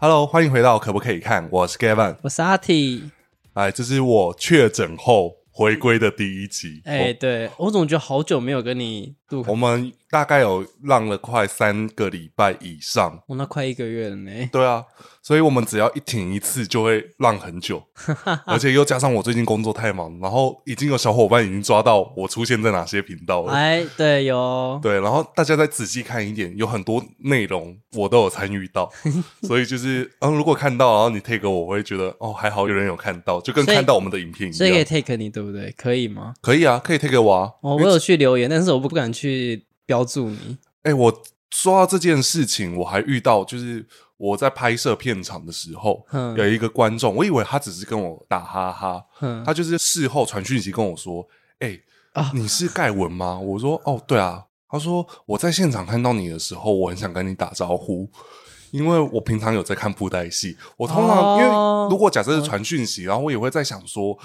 Hello，欢迎回到可不可以看？我是 Gavin，我是阿 T，哎，这是我确诊后回归的第一集。哎、对我总觉得好久没有跟你录我，我们大概有浪了快三个礼拜以上。我那快一个月了呢。对啊，所以我们只要一停一次就会浪很 久，而且又加上我最近工作太忙，然后已经有小伙伴已经抓到我出现在哪些频道了。哎，对，有，对，然后大家再仔细看一点，有很多内容我都有参与 到，所以就是，嗯，如果看到，然后你 take 我，我会觉得哦，还好有人有看到，就跟所以看到我们的影片一所以可以样。 take 你对不对？可以吗？可以啊，可以 take 我啊。哦，我有去留言，但是我不敢去标注你。哎、我说到这件事情，我还遇到，就是我在拍摄片场的时候，嗯有一个观众，我以为他只是跟我打哈哈，哼，他就是事后传讯息跟我说：“哎、嗯啊你是盖文吗？”我说：“哦，对啊。”他说：“我在现场看到你的时候，我很想跟你打招呼，因为我平常有在看布袋戏。我通常、哦嗯因为如果假设是传讯息，然后我也会在想说，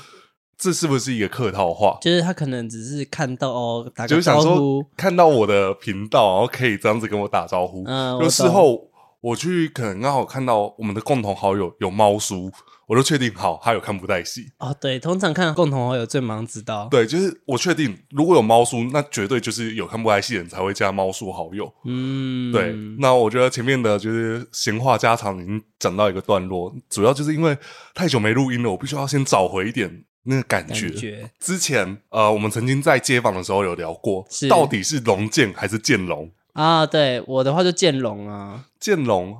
这是不是一个客套话？就是他可能只是看到哦，打就个是想招说呼。看到我的频道，然后可以这样子跟我打招呼。嗯，就我事懂，后我去可能刚好看到我们的共同好友有猫叔，我就确定好他有看布袋戏。哦，对，通常看共同好友最忙知道。对，就是我确定，如果有猫叔，那绝对就是有看布莱戏的人才会加猫叔好友。嗯，对，那我觉得前面的就是闲话家常已经讲到一个段落，主要就是因为太久没录音了，我必须要先找回一点那个感觉。感觉之前呃，我们曾经在街访的时候有聊过，是到底是龙剑还是剑龙？啊，对我的话就见龙啊，剑龙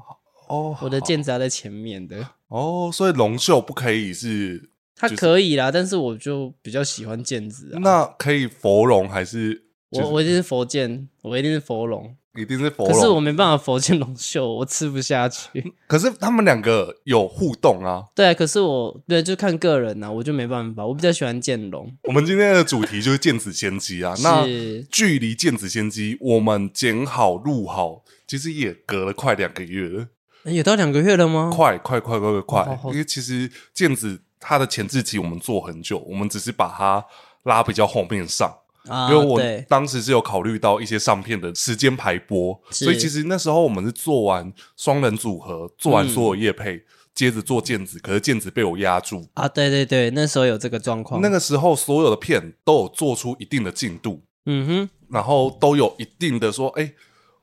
哦，我的剑只要在前面的，哦，所以龙秀不可以是他就是可以啦，但是我就比较喜欢剑子啊。那可以佛龙还是我我一定是佛剑，我一定是佛龙，一定是佛可龙？是我没办法佛剑龙秀，我吃不下去。 可是他们两个有互动啊。对啊，可是我对就看个人呐、啊，我就没办法，我比较喜欢剑龙。我们今天的主题就是《剑子仙姬》啊。那是距离《剑子仙姬》，我们剪好录好，其实也隔了快两个月了，诶有到两个月了吗？快快快快快好快！好因为其实《剑子》它的前置期我们做很久，我们只是把它拉比较后面上。啊，因为我对当时是有考虑到一些上片的时间排播，是所以其实那时候我们是做完双人组合，做完嗯所有夜配，接着做剑子，可是剑子被我压住，啊，对对对，那时候有这个状况。那个时候所有的片都有做出一定的进度，嗯哼，然后都有一定的说，哎、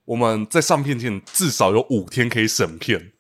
我们在上片前至少有五天可以审片，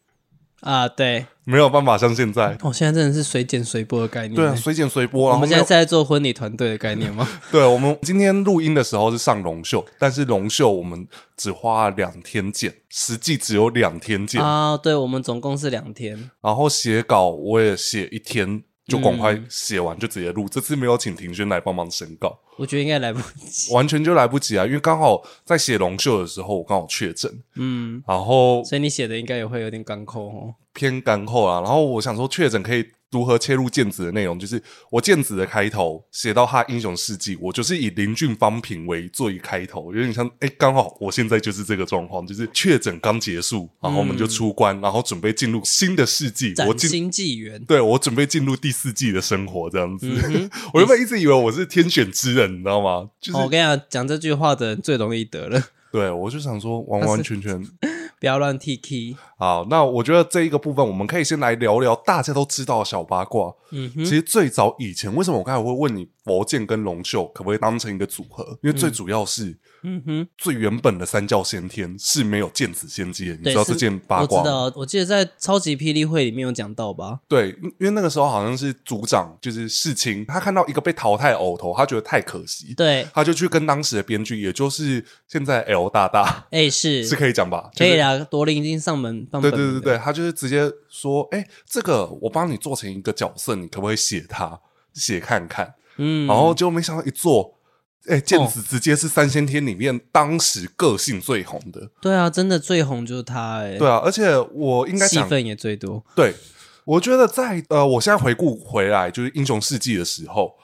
啊，对，没有办法像现在。我、现在真的是随剪随播的概念。欸对啊，随剪随播。嗯我然后们现在没是在做婚礼团队的概念吗？ 有对，我们今天录音的时候是上龙秀，但是龙秀我们只花了两天剪，实际只有两天剪。啊，对，我们总共是两天。然后写稿我也写一天，就赶快写完就直接录。这次没有请庭轩来帮忙审稿，我觉得应该来不及。完全就来不及啊！因为刚好在写龙秀的时候，我刚好确诊，嗯，然后所以你写的应该也会有点干扣哦。偏干后啊。然后我想说，确诊可以如何切入剑子的内容？就是我剑子的开头写到他英雄事迹，我就是以林俊芳品为做一开头，有点像哎，刚好我现在就是这个状况，就是确诊刚结束，然后我们就出关，然后准备进入新的世纪。我崭进新纪元，对我准备进入第四季的生活这样子。嗯 我原本一直以为我是天选之人，你知道吗？就是、哦我跟你讲，讲这句话的人最容易得了， 对我就想说完完全全不要乱 T K。好。那我觉得这一个部分，我们可以先来聊聊大家都知道的小八卦。嗯其哼，实最早以前，为什么我刚才会问你佛剑跟龙秀可不可以当成一个组合？因为最主要是、嗯哼，最原本的三教先天是没有剑子仙姬的，你对，知道是这件八卦我知吗？道，我记得在超级霹雳会里面有讲到吧？对，因因为那个时候好像是组长就是世青，他看到一个被淘汰的偶头，他觉得太可惜，对，他就去跟当时的编剧，也就是现在 L 大大哎、是是可以讲吧？可就是以啦，多林已经上门帮对本对对的对，对他就是直接说：“哎、这个我帮你做成一个角色，你可不可以写他写看看？”嗯，哦然后就没想到一做，哎、剑子直接是三先天里面当时个性最红的。对啊，真的最红就是他、哎，对啊，而且我应该戏讲份也最多，对，我觉得在呃，我现在回顾回来，就是英雄事迹的时候，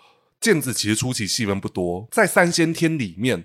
剑子其实初期戏份不多，在三先天里面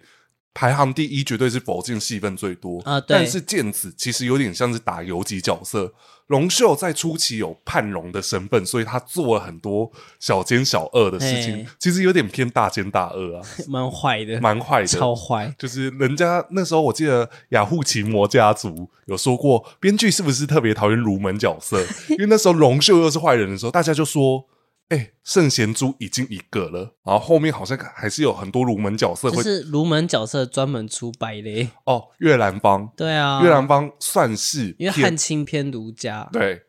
排行第一，绝对是佛剑戏份最多啊对但是剑子其实有点像是打游击角色，龙秀在初期有叛龙的身份，所以他做了很多小奸小恶的事情嘿，其实有点偏大奸大恶 啊，蛮坏的，蛮坏的，超坏。就是人家那时候，我记得雅虎奇摩家族有说过，编剧是不是特别讨厌儒门角色？因为那时候龙秀又是坏人的时候，大家就说：“哎、圣贤珠已经一个了。”然后后面好像还是有很多儒门角色会、就是儒门角色专门出败类，哦，越南帮，对啊，越南帮算是因为偏汉卿偏儒家，对。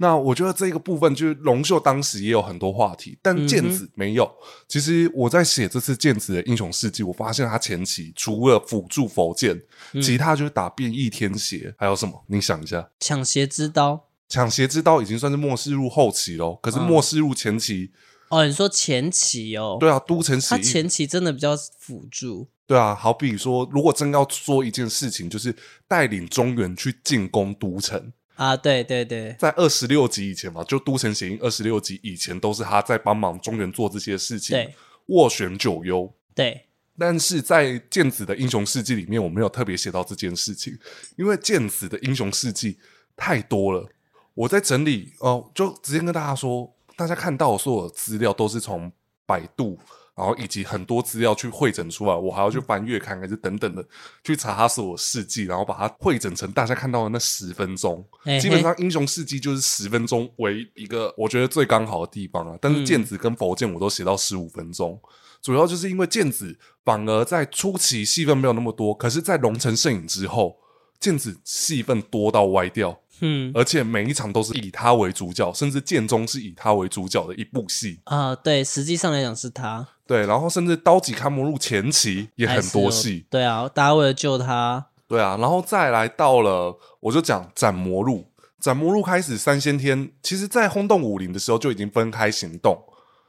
那我觉得这个部分就是龙秀当时也有很多话题，嗯但剑子没有。其实我在写这次剑子的英雄事迹，我发现他前期除了辅助佛剑，嗯其他就是打变异天邪，还有什么？你想一下，抢邪之刀。抢邪之刀已经算是末世入后期喽，可是嗯末世入前期，哦，你说前期哦，对啊，都城他起义，前期真的比较辅助，对啊，好比说，如果真要说一件事情，就是带领中原去进攻都城。啊，对对对，在二十六集以前嘛，就《都城协议》二十六集以前都是他在帮忙中原做这些事情，对斡旋九幽。对，但是在剑子的英雄事迹里面，我没有特别写到这件事情，因为剑子的英雄事迹太多了。我在整理哦、就直接跟大家说，大家看到的所有资料都是从百度，然后以及很多资料去汇整出来，我还要去翻阅看，还是等等的去查他所有事迹，然后把它汇整成大家看到的那十分钟。嘿嘿基本上英雄事迹就是十分钟为一个我觉得最刚好的地方啊，但嗯是剑子跟佛剑我都写到十五分钟，主要就是因为剑子反而在初期戏份没有那么多，可是，在龙城摄影之后，剑子戏份多到歪掉，嗯而且每一场都是以他为主角，甚至剑宗是以他为主角的一部戏。啊，对，实际上来讲是他对，然后甚至刀戟看魔录前期也很多戏，，对啊，大家为了救他，对啊，然后再来到了，我就讲斩魔录。斩魔录开始三先天，其实在轰动武林的时候就已经分开行动，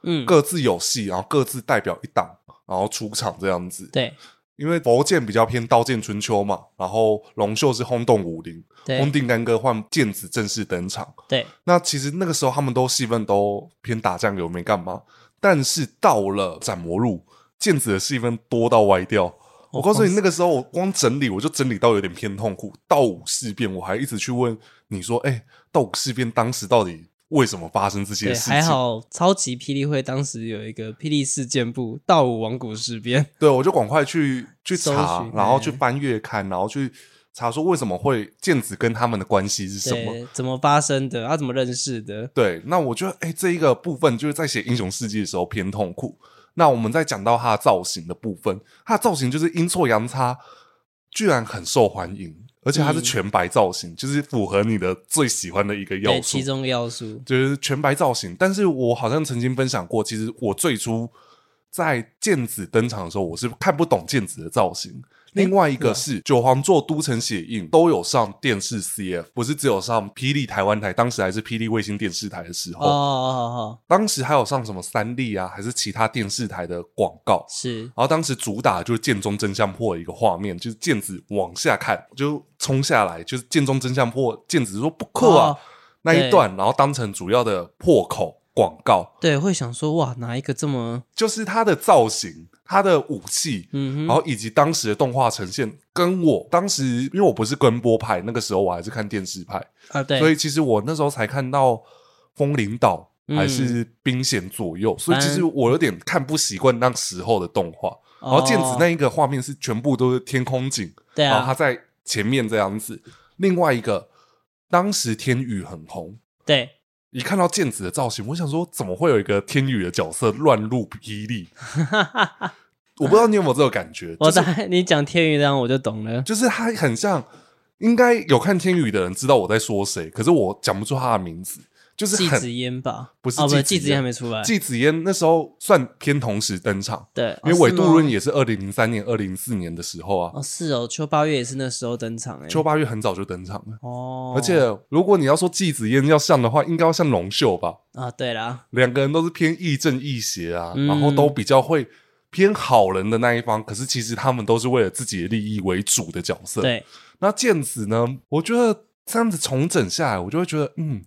嗯，各自有戏，然后各自代表一党，然后出场这样子。对因为佛剑比较偏刀剑春秋嘛，然后龙秀是轰动武林，轰对定干戈换剑子正式登场。对，那其实那个时候他们都戏份都偏打酱油没干嘛，但是到了斩魔录，剑子的戏份多到歪掉。哦我告诉你，那个时候我光整理我就整理到有点偏痛苦。道武事变我还一直去问你说，哎、道武事变当时到底为什么发生这些对，事情？还好超级霹雳会当时有一个霹雳事件部盗武王谷事变，对，我就赶快去去查搜寻，然后去翻阅看，然后去查说为什么会剑子跟他们的关系是 什么。对，怎么发生的？啊他、怎么认识的？对，那我觉得，哎，这一个部分就是在写英雄事迹的时候偏痛苦。那我们再讲到他的造型的部分，他的造型就是阴错阳差，居然很受欢迎，而且它是嗯全白造型，就是符合你的最喜欢的一个要对，素其。中要素，就是全白造型。但是我好像曾经分享过，其实我最初在剑子登场的时候，我是看不懂剑子的造型。另外一个是九皇座都城血印都有上电视 CF，不是只有上霹雳台湾台，当时还是霹雳卫星电视台的时哦哦候，哦哦，当时还有上什么三立啊，还是其他电视台的广告。是，然后当时主打就是剑中真相破的一个画面，就是剑子往下看，就冲下来，就是剑中真相破，剑子说不酷啊、哦那一对段，然后当成主要的破口广告，对，会想说哇，哪一个这么，就是它的造型、它的武器，嗯然哼，后以及当时的动画呈现，跟我当时因为我不是跟播派，那个时候我还是看电视派，啊，对，所以其实我那时候才看到风铃岛嗯还是冰险左右，所以其实反我有点看不习惯那时候的动画。然后哦剑子那一个画面是全部都是天空景，对然后他啊，在前面这样子。另外一个，当时天宇很红，对，一看到剑子的造型，我想说怎么会有一个天宇的角色乱入霹雳？我不知道你有没有这个感觉，我就是大 你讲天宇这样我就懂了，就是他很像，应该有看天宇的人知道我在说谁，可是我讲不出他的名字，就是季很子嫣吧？不是哦，不是季季子子嫣还嫣没出来，季子嫣那时候算偏同时登场，对，因为哦韦是杜吗润也是二零零三年、二零零四年的时候啊，哦，是哦，秋八月也是那时候登场哎、秋八月很早就登场了。哦，而且，如果你要说季子嫣要像的话，应该要像龙秀吧？啊，对啦，两个人都是偏亦正亦邪啊，嗯然后都比较会偏好人的那一方，可是其实他们都是为了自己的利益为主的角色。，对，那剑子呢？我觉得这样子重整下来，我就会觉得，嗯，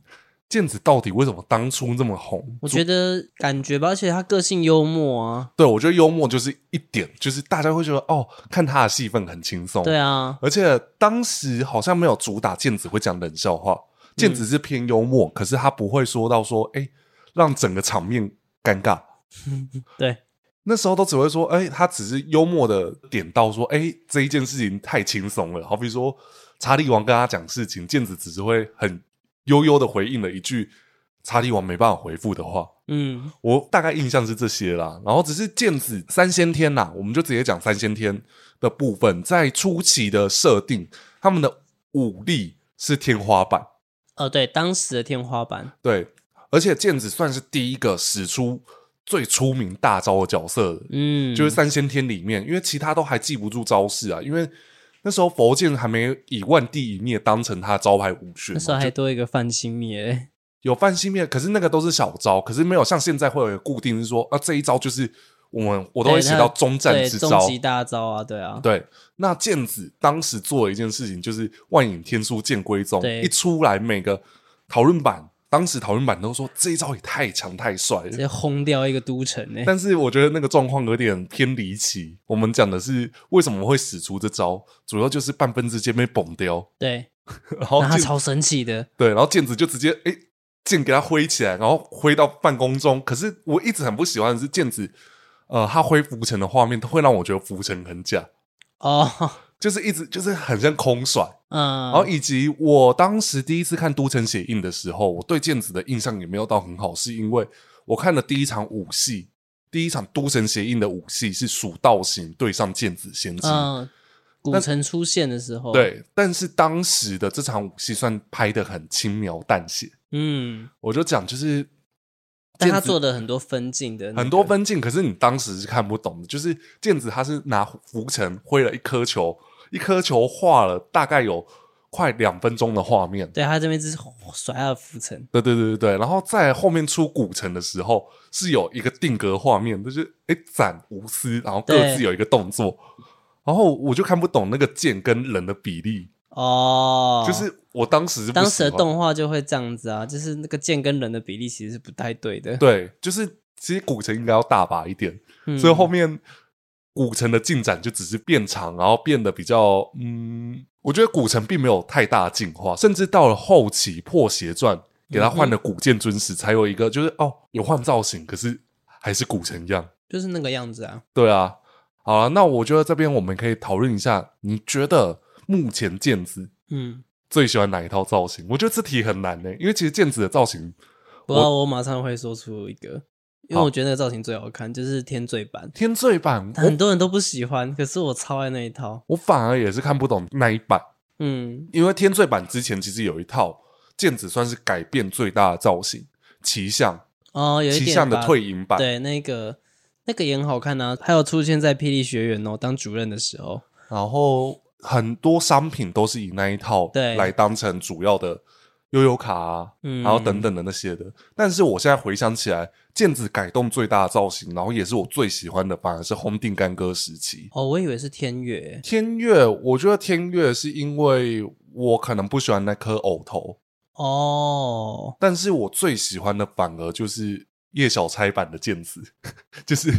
剑子到底为什么当初这么红？我觉得感觉吧，而且他个性幽默啊，对我觉得幽默就是一点，就是大家会觉得哦，看他的戏份很轻松。对啊，而且当时好像没有主打剑子会讲冷笑话，剑子是偏幽默，可是他不会说到说，哎、让整个场面尴尬。对，那时候都只会说，哎、他只是幽默的点到说，哎、这一件事情太轻松了。好比说，查理王跟他讲事情，剑子只是会很悠悠的回应了一句查理王没办法回复的话。嗯，我大概印象是这些啦，然后只是剑子三先天啦，我们就直接讲三先天的部分，在初期的设定，他们的武力是天花板，哦，对，当时的天花板，对，而且剑子算是第一个使出最出名大招的角色，嗯，就是三先天里面，因为其他都还记不住招式啊，因为那时候佛剑还没以万地一灭当成他的招牌武学嘛，那时候就还多一个范欸新灭，有范心面，可是那个都是小招，可是没有像现在会有一个固定是说啊这一招就是我们我我都会写到中战之终招。极大招啊，对啊，对，那剑子当时做了一件事情，就是万影天书剑归宗对一出来，每个讨论版当时讨论版都说这一招也太强太帅直了。接轰掉一个都城欸呢。但是我觉得那个状况有点偏离奇。我们讲的是为什么会使出这招，主要就是半分之间被崩掉，对，然后那他剑超神奇的，对，然后毽子就直接诶剑给他挥起来，然后挥到半空中。可是我一直很不喜欢的是毽子，呃，他挥浮尘的画面，会让我觉得浮尘很假，哦， 就是一直就是很像空甩。嗯，然后以及我当时第一次看《都城血印》的时候，我对毽子的印象也没有到很好，是因为我看的第一场武戏，第一场《都城血印》的武戏是蜀道行对上毽子先知。嗯，古城出现的时候，，对，但是当时的这场武戏算拍的很轻描淡写，嗯，我就讲就是但他做的很多分镜的那个，很多分镜，可是你当时是看不懂的。就是毽子，他是拿浮尘挥了一颗球，一颗球画了大概有快两分钟的画面。对他这边是甩了浮尘，对对对对对，然后在后面出古城的时候，是有一个定格画面，就是哎斩无私，然后各对自有一个动作，然后我就看不懂那个剑跟人的比例，哦，就是我当时是不当时喜的欢动画就会这样子啊，就是那个剑跟人的比例其实是不太对的，对，就是其实古城应该要大把一点，嗯所以后面古城的进展就只是变长，然后变得比较嗯，我觉得古城并没有太大进化，甚至到了后期破邪传，给他换了古剑尊使，才有一个就是哦有换造型，可是还是古城一样。就是那个样子啊，对啊，好了，那我觉得这边我们可以讨论一下，你觉得目前剑子嗯，最喜欢哪一套造型？我觉得这题很难呢、因为其实剑子的造型不过我马上会说出一个，因为我觉得那个造型最好看，就是天罪版，天罪版，很我多人都不喜欢，可是我超爱那一套，我反而也是看不懂那一版。嗯，因为天罪版之前其实有一套剑子算是改变最大的造型，骑象哦，有一骑点象的吧退隐版，对，那个那个也很好看啊，还有出现在霹雳学院哦，当主任的时候，然后很多商品都是以那一套对来当成主要的悠悠卡啊，嗯然后等等的那些的。但是我现在回想起来，剑子改动最大的造型，然后也是我最喜欢的，反而是轰定干戈时期。哦，我以为是天月天月，我觉得天月是因为我可能不喜欢那颗偶头，哦，但是我最喜欢的反而就是叶小钗版的剑子， 就是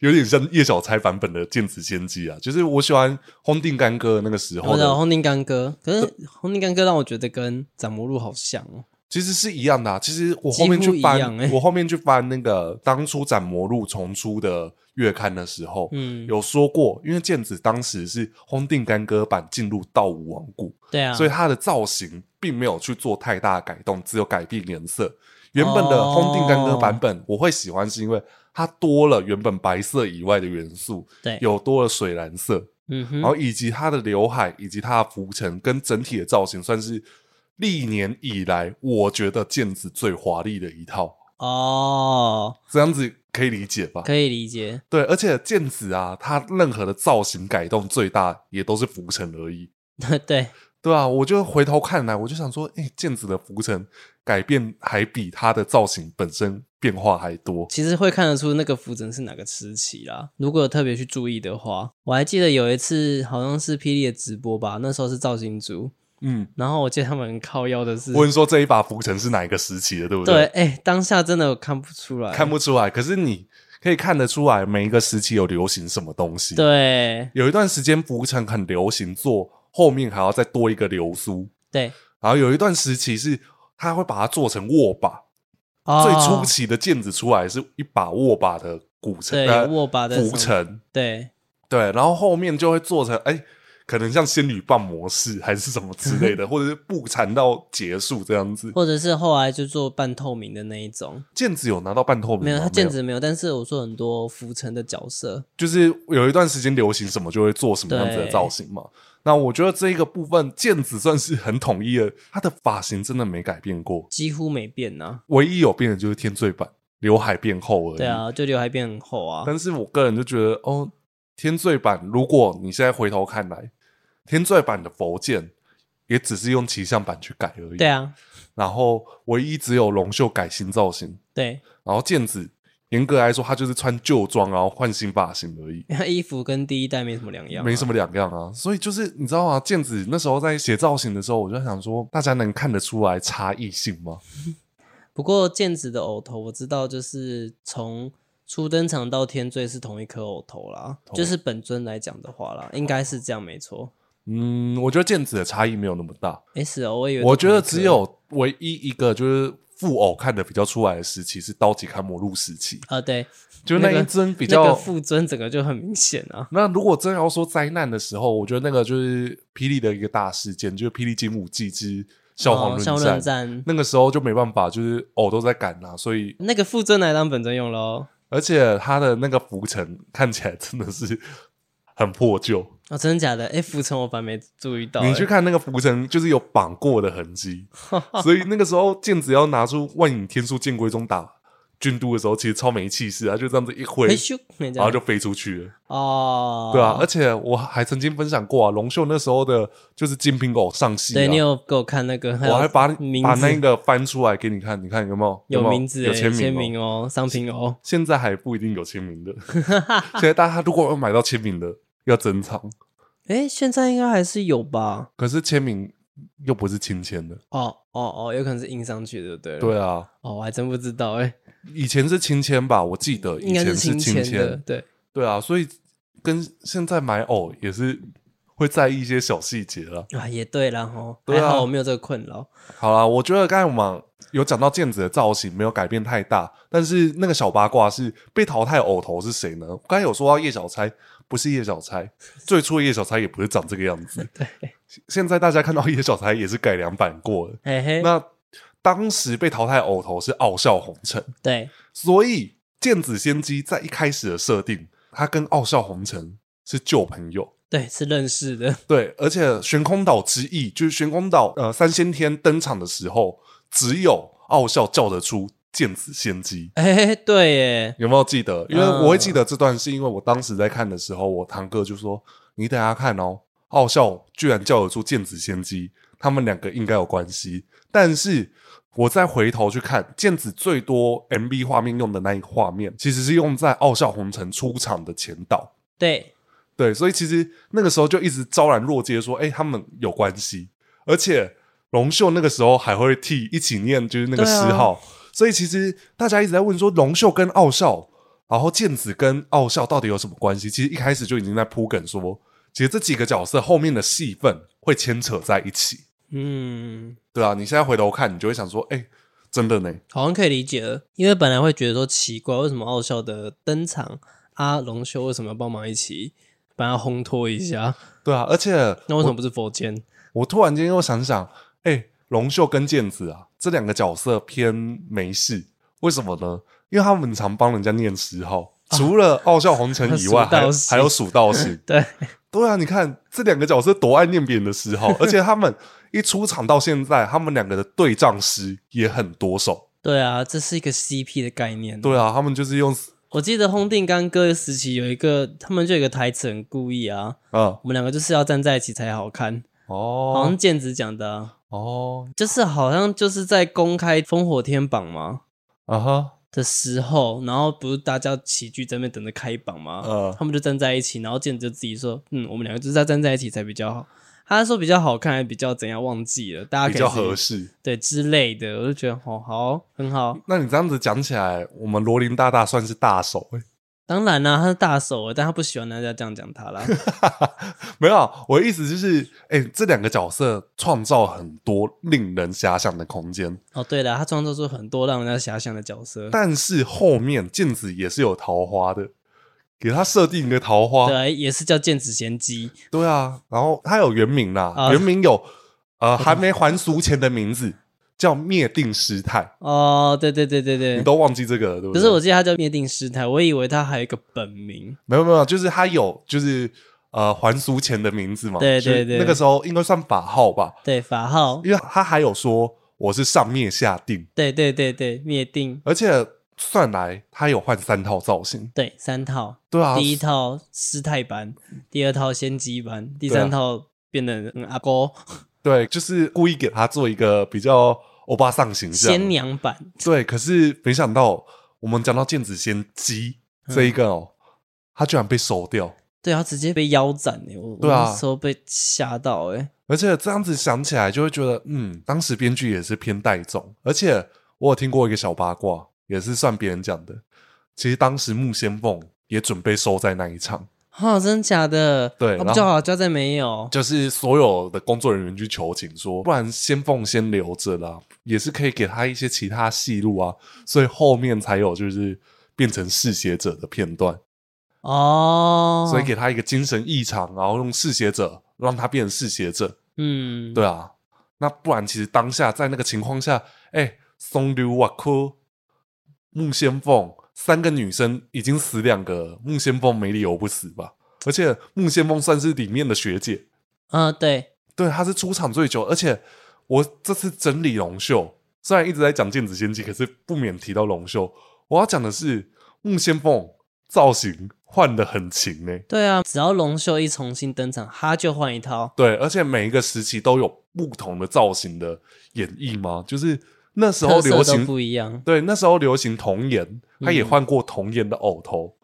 有点像叶小钗版本的剑子仙姬啊。就是我喜欢轰定干戈那个时我候知的道红定干哥，可是红定干哥让我觉得跟斩魔录好像哦，其实是一样的、啊。其实我后面去几乎翻，一样欸我后面去翻那个当初《斩魔录》重出的月刊的时候，嗯，有说过，因为剑子当时是轰定干戈版进入道武王谷，对啊，所以它的造型并没有去做太大的改动，只有改变颜哦色。原本的轰定干戈版本，我会喜欢是因为它多了原本白色以外的元素，对，有多了水蓝色，嗯哼，然后以及他的刘海，以及他的浮尘跟整体的造型，算是历年以来我觉得毽子最华丽的一套，哦，这样子可以理解吧？可以理解， 对，而且毽子啊，它任何的造型改动最大也都是浮尘而已，对，对啊，我就回头看来，我就想说，哎、毽子的浮尘改变还比它的造型本身变化还多。其实会看得出那个浮尘是哪个时期啦。如果有特别去注意的话，我还记得有一次好像是霹雳的直播吧，那时候是造型组，嗯，然后我记得他们很靠腰的是，问说这一把浮尘是哪一个时期的，对不对，哎、当下真的我看不出来，看不出来，可是你可以看得出来每一个时期有流行什么东西。对有一段时间浮尘很流行做，后面还要再多一个流苏。对，然后有一段时期是他会把它做成握把。哦最初期的毽子出来是一把握把的古城，对呃握把的浮什么城，对，对，然后后面就会做成哎、可能像仙女棒模式还是什么之类 的，或者是布缠到结束这样子。或者是后来就做半透明的那一种，毽子有拿到半透明吗？没有，它毽子没有，但是我做很多浮沉的角色，就是有一段时间流行什么就会做什么样子的造型嘛。那我觉得这一个部分，毽子算是很统一的，他的发型真的没改变过，几乎没变呐、唯一有变的就是天罪版，刘海变厚而已。对啊，就刘海变很厚啊，但是我个人就觉得，哦，天罪版，如果你现在回头看来，天罪版的佛剑也只是用骑象版去改而已。对，啊，然后唯一只有龙秀改新造型，对， 然后剑子严格来说，他就是穿旧装，然后换新发型而已。因为它衣服跟第一代没什么两样、啊，没什么两样啊。所以就是你知道吗？健子那时候在写造型的时候，我就在想说，大家能看得出来差异性吗？不过剑子的偶头我知道，就是从初登场到天罪是同一颗偶头啦，就是本尊来讲的话啦，应该是这样没错。嗯，我觉得健子的差异没有那么大。诶，是哦，我以为我是觉同得一颗只有唯一一个就是副偶看的比较出来的时期是刀戟砍魔录时期，啊、对，就是那那一个尊比较。那那个副尊整个就很明显啊。如果真要说灾难的时候，我觉得那个就是霹雳的一个大事件，就是霹雳金武纪之消哦防消论论战。战，那个时候就没办法，就是偶都在赶啦、所以那个副尊来当本尊用喽。而且它的那个浮尘看起来真的是很破旧。 哦，真的假的？诶，浮沉我反而没注意到、你诶去看那个浮尘，就是有绑过的痕 迹，所以那个时候剑子要拿出万影天书剑龟中打军都的时候，其实超没气势啊，就这样子一挥嘿，咻，那然后家就飞出去了，哦，对啊。而且我还曾经分享过啊，龙秀那时候的就是金瓶狗上戏、啊，对你有给我看那个，我还把 名把字那个翻出来给你看，你看有没有有没有名字有诶签签哦名哦，商品哦，现在还不一定有签名 的，现在大家如果要买到签名的，要珍藏。诶，现在应该还是有吧？可是签名又不是亲签的，哦哦哦，有可能是印上去的，对了。对啊，哦，我还真不知道哎、以前是亲签吧，我记得以应该前新亲签的，对，对啊，所以跟现在买偶也是会在意一些小细节了。啊，也对啦吼，对还啊好我没有这个困扰。好啦，我觉得刚才我们有讲到毽子的造型没有改变太大，但是那个小八卦是被淘汰偶头是谁呢？刚才有说到叶小钗，不是叶小钗，最初的叶小钗也不是长这个样子。对，现在大家看到叶小钗也是改良版过的。嘿嘿，那当时被淘汰偶头是傲笑红尘，对，所以剑子仙姬在一开始的设定，他跟傲笑红尘是旧朋友。对，是认识的， 对，而且悬空岛之役就是悬空岛呃三先天登场的时候，只有傲笑叫得出剑子仙姬。嘿嘿，对耶，有没有记得？因为嗯我会记得这段，是因为我当时在看的时候，我堂哥就说：“你等一下看哦，傲笑居然叫得出剑子仙姬，他们两个应该有关系。”但是我再回头去看剑子最多 MV 画面用的那一画面，其实是用在傲笑红尘出场的前导。对，对，所以其实那个时候就一直昭然若揭说：“哎、他们有关系。”而且龙秀那个时候还会替一起念，就是那个对啊诗号。所以其实大家一直在问说，龙秀跟傲笑，然后剑子跟傲笑到底有什么关系？其实一开始就已经在铺梗说，其实这几个角色后面的戏份会牵扯在一起，嗯，对啊，你现在回头看，你就会想说：“哎、真的呢。”好像可以理解了，因为本来会觉得说奇怪，为什么傲笑的登场，阿龙修为什么要帮忙一起把他烘托一下？对啊，而且那为什么不是佛间？我突然间又想想，哎、龙秀跟剑子啊，这两个角色偏没事，为什么呢？因为他们常帮人家念十号，除了傲笑红尘以外，啊数道还有星。还有蜀道行对， 对啊，你看这两个角色多爱念别人的十号，而且他们一出场到现在，他们两个的对仗诗也很多首。对啊，这是一个 CP 的概念。对啊，他们就是用我记得烘定干哥时期有一个，他们就有一个台词很故意啊，嗯我们两个就是要站在一起才好看，好哦像剑子讲的、啊，哦就是好像就是在公开烽火天榜嘛啊哈的时候，然后不是大家齐聚这边等着开榜嘛，嗯他们就站在一起，然后剑子就自己说，嗯，我们两个就是要站在一起才比较好。他说比较好看，还比较怎样忘记了，大家比可以较自己合适。对之类的，我就觉得哦好很好，那你这样子讲起来，我们罗琳大大算是大手、欸当然啦、他是大手，但他不喜欢人家这样讲 他啦。没有啊，我的意思就是，哎、这两个角色创造很多令人遐想的空间，哦，对了，他创作出很多让人家遐想的角色，但是后面镜子也是有桃花的，给他设定一个桃花，对，啊也是叫剑指贤姬，对啊，然后他有原名啦，啊原名有呃还没还俗钱的名字叫灭定师太，哦，对对对对对你，都忘记这个了，对不可对？是我记得他叫灭定师太，我以为他还有一个本名，没有没有，就是他有就是呃还俗钱的名字嘛，对就是对对那个时候应该算法号吧，对，法号，因为他还有说我是上灭下定，对对对对，灭定，而且算来他有换三套造型，对，三套，对啊，第一套师太班，第二套仙姬班，啊第三套变得、嗯、阿哥对，就是故意给他做一个比较欧巴桑形象，仙娘版，对，可是没想到我们讲到剑子仙姬嗯这一个哦，他居然被收掉，对啊，直接被腰斩哎、我对啊我那时候被吓到哎、而且这样子想起来就会觉得，嗯，当时编剧也是偏带种，而且我有听过一个小八卦，也是算别人讲的，其实当时木仙凤也准备收在那一场，啊，真的假的？对啊、然不后叫好交代没有？就是所有的工作人员去求情说，不然仙凤先留着啦，也是可以给他一些其他戏路啊，所以后面才有就是变成嗜血者的片段。哦，所以给他一个精神异常，然后用嗜血者让他变成嗜血者，嗯，对啊，那不然其实当下在那个情况下，哎，松流瓦科、木仙凤三个女生已经死两个了，木仙凤没理由不死吧？而且木仙凤算是里面的学姐，啊，对，对，她是出场最久，而且我这次整理龙秀，虽然一直在讲剑子仙姬，可是不免提到龙秀。我要讲的是木仙凤造型换的很勤欸呢、对啊，只要龙秀一重新登场，他就换一套。对，而且每一个时期都有不同的造型的演绎吗？就是那时候特色流都行，不一样，对，那时候流行童颜，他也嗯换过童颜的偶头。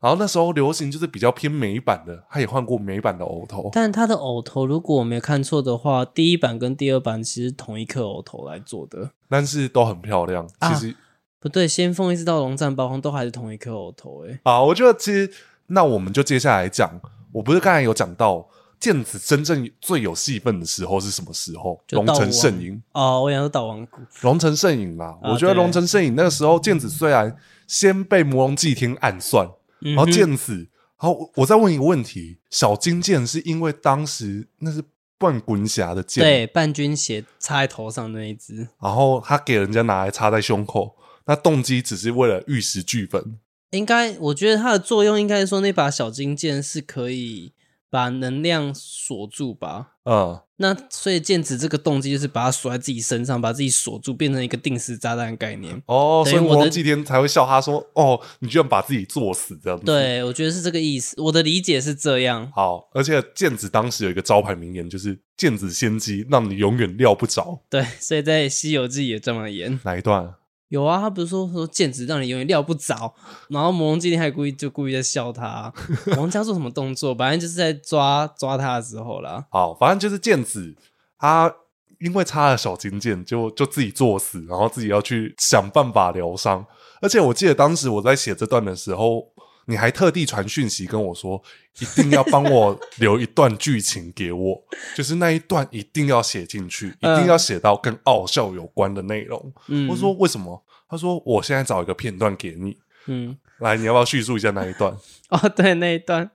然后那时候流行就是比较偏美版的，他也换过美版的偶头。但他的偶头，如果我没有看错的话，第一版跟第二版其实同一颗偶头来做的。但是都很漂亮。其啊实不对，先锋一直到龙战八荒都还是同一颗偶头、欸，啊，我觉得其实那我们就接下来讲，我不是刚才有讲到剑子真正最有戏份的时候是什么时候？就龙到城我圣影，哦，我想说导王谷，龙城圣影啦，啊我觉得对龙城圣影那个时候剑子虽然先被魔龙祭天暗算，然然后剑子，好，我我再问一个问题：小金剑是因为当时那是半滚侠的剑，对半军鞋插在头上那一只，然后他给人家拿来插在胸口，那动机只是为了玉石俱焚，应该我觉得它的作用应该是说那把小金剑是可以把能量锁住吧。嗯，那所以剑子这个动机就是把它锁在自己身上，把自己锁住，变成一个定时炸弹的概念。哦，等于所以魔我龙的祭天才会笑他说：“哦，你居然把自己作死这样子。”，对，我觉得是这个意思。我的理解是这样。好，而且剑子当时有一个招牌名言，就是“剑子先机，让你永远料不着对，所以在《西游记》也这么演。哪一段啊。有啊，他不是说说剑指让你永远料不着，然后魔龙今天还故意就故意在笑他、王家做什么动作，反正就是在抓抓他的时候啦。好，反正就是剑子，他因为插了小金剑，就就自己作死，然后自己要去想办法疗伤。而且我记得当时我在写这段的时候，你还特地传讯息跟我说，一定要帮我留一段剧情给我，就是那一段一定要写进去，一定嗯要写到跟傲笑有关的内容。嗯，我说为什么？他说我现在找一个片段给你，嗯，来，你要不要叙述一下那一段？ 哦，对，那一段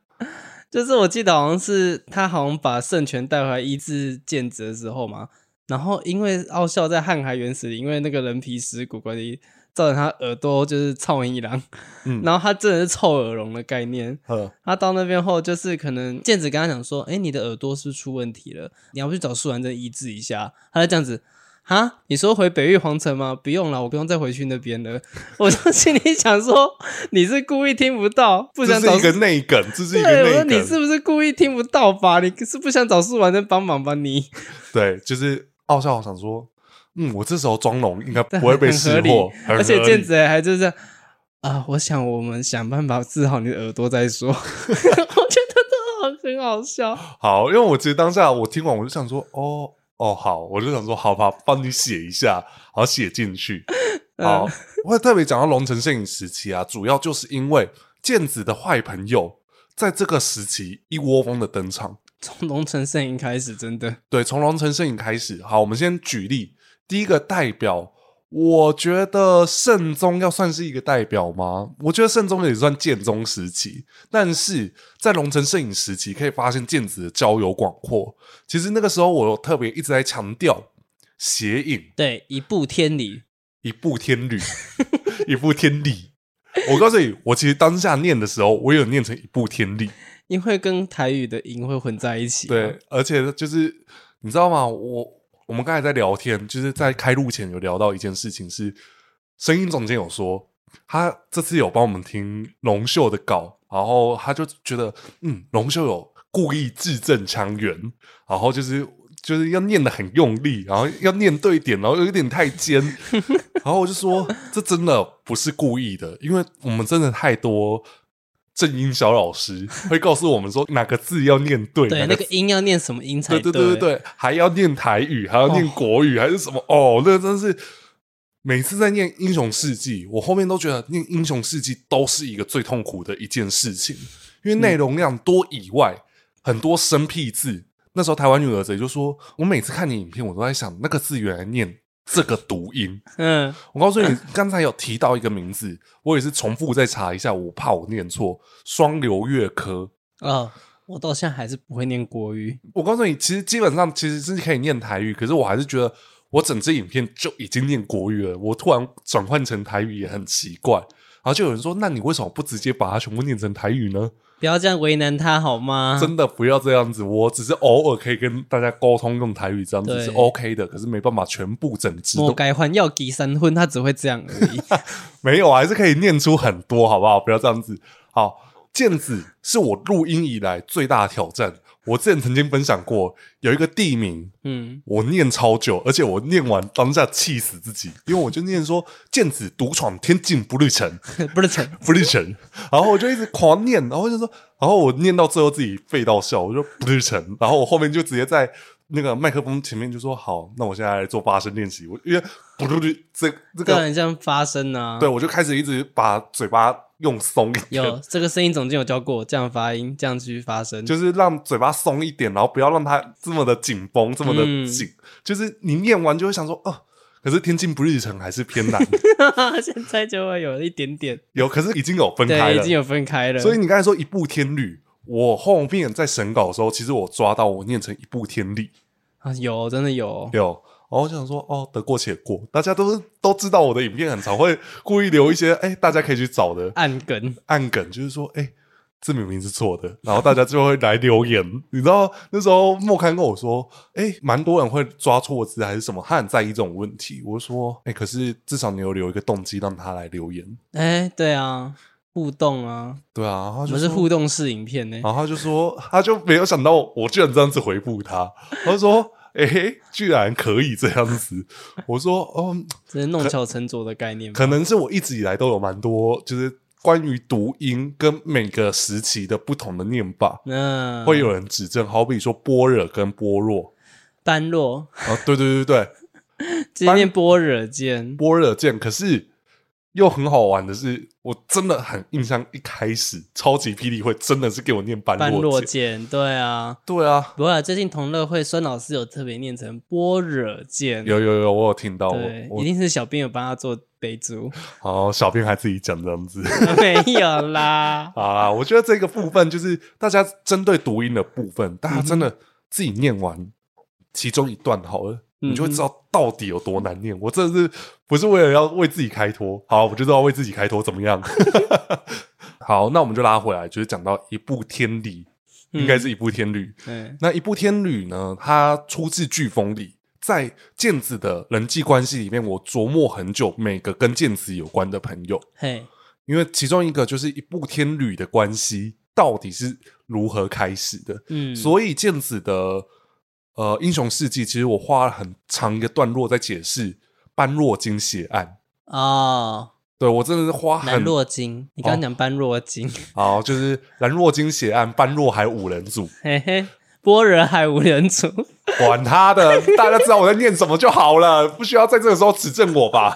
就是我记得好像是他好像把圣权带回来医治剑指的时候嘛，然后因为奥校在瀚海原始里，因为那个人皮石骨关系，造成他耳朵就是臭一郎，嗯 然后他真的是臭耳聋的概念，呵他到那边后，就是可能健子跟他讲说：“哎、你的耳朵是不是出问题了，你要不去找舒兰真医治一下。”他就这样子，哈，你说回北域皇城吗？不用了，我不用再回去那边了。 我就心里想说，你是故意听不到，不这想是找一个内梗，这是一对，个我内说梗。你是不是故意听不到吧？你是不想找舒兰真帮忙吧？你 对，就是傲笑想说，嗯，我这时候装聋应该不会被很合识理破，很而且合健理子还就是啊、我想我们想办法治好你的耳朵再说。 我觉得这很好笑。好，因为我其实当下我听完我就想说，哦哦好，我就想说好吧，帮你写一下，好嗯呃写进去。好，我特别讲到龙城摄影时期啊，主要就是因为剑子的坏朋友在这个时期一窝蜂的登场。从龙城圣影开始，真的对，从龙城圣影开始。好，我们先举例，第一个代表，我觉得圣宗要算是一个代表吗？我觉得圣宗也算建宗时期，但是在龙城圣影时期，可以发现剑子的交友广阔。其实那个时候，我有特别一直在强调邪影对一步天理，一步天履， 一步天理。我告诉你，我其实当下念的时候，我有念成一步天理。因为跟台语的音会混在一起。啊对，，而且就是你知道吗？我我们刚才在聊天，就是在开录前有聊到一件事情是，声音总监有说他这次有帮我们听龙秀的稿，然后他就觉得嗯，龙秀有故意字正腔圆，然后就是。就是要念的很用力，然后要念对点，然后有一点太 尖，然后我就说这真的不是故意的，因为我们真的太多正音小老师会告诉我们说哪个字要念对，对，哪那个个音要念什么音才对对对对对，还要念台语，还要念国语，还是什么？哦，那真是每次在念英雄事迹，我后面都觉得念英雄事迹都是一个最痛苦的一件事情，因为内容量多以外，很多生僻字。那时候台湾女儿贼就说，我每次看你影片，我都在想那个字原来念这个读音。嗯，我告诉你，刚才有提到一个名字，我也是重复再查一下，我怕我念错。双流月科，哦，我到现在还是不会念国语，我告诉你，其实基本上其实是可以念台语，可是我还是觉得我整支影片就已经念国语了，我突然转换成台语也很奇怪。然后就有人说：“那你为什么不直接把它全部念成台语呢？”不要这样为难他好吗？真的不要这样子，我只是偶尔可以跟大家沟通用台语，这样子对是 OK 的。可是没办法，全部整支莫都该还要给三婚，他只会这样而已。 没有，还是可以念出很多，好不好？不要这样子。好，毽子是我录音以来最大的挑战。我之前曾经分享过，有一个地名嗯，我念超久，而且我念完当下气死自己，因为我就念说“剑子独闯天境不绿城，不是成，不绿城”， 然后我就一直狂念，然后就说，然后我念到最后自己废到笑，我说不绿城，然后我后面就直接在那个麦克风前面就说好，那我现在来做发声练习，我因为不绿这这这个，很像发声啊。对，我就开始一直把嘴巴用松一点，有这个声音总监有教过我这样发音，这样去发声。就是让嘴巴松一点，然后不要让它这么的紧绷，这么的嗯紧。就是你念完就会想说，哦、可是天津不日程还是偏难， 现在就会有一点点，有，可是已经有分开对，已了。经有分开了。所以你刚才说一步天律，我后面在审稿的时候，其实我抓到我念成一步天律，啊，有真的有，有。然后我想说，哦，得过且过，大家都是都知道我的影片很常会故意留一些，哎，大家可以去找的暗梗，暗梗，就是说，哎、这明明是错的， 然后大家就会来留言。 你知道那时候莫刊跟我说，哎、蛮多人会抓错字还是什么，他很在意这种问题。我就说，哎、可是至少你有留一个动机让他来留言，哎，对啊，互动啊，对啊，然后我他就们是说哦互动式影片呢。然后他就说，他就没有想到我居然这样子回复他，他就说，哎、居然可以这样子。我说，哦，这是弄巧成拙的概念吧。可能是我一直以来都有蛮多就是。关于读音跟每个时期的不同的念法，那会有人指正，好比说般若跟般若 般若，啊，对对对对，今天般若见，般若剑。可是又很好玩的是，我真的很印象，一开始超级霹雳会真的是给我念般般若若剑，见，对啊。对啊，不过啊最近同乐会，孙老师有特别念成般若见，有有有，我有听到，我对，一我定是小编有帮他做备注， 好，小编还自己讲这样子没有啦。啊，我觉得这个部分就是大家针对读音的部分，大家真的自己念完其中一段好了。你就会知道到底有多难念。我真的是不是为了要为自己开脱？好，我就知道为自己开脱怎么样。好，那我们就拉回来，就是讲到一部天理， 应该是一部天律。对，那一部天律呢，它出自飓风里，在剑子的人际关系里面，我琢磨很久每个跟剑子有关的朋友，嘿，因为其中一个就是一部天律的关系到底是如何开始的。嗯，所以剑子的呃英雄事迹，其实我花了很长一个段落在解释般若经血案。哦，对我真的是花南很哦若金，你刚刚讲般若金，好，就是兰若经血案，般若还五人组，嘿嘿，般若海无人主，管他的，大家知道我在念什么就好了，不需要在这个时候指正我吧。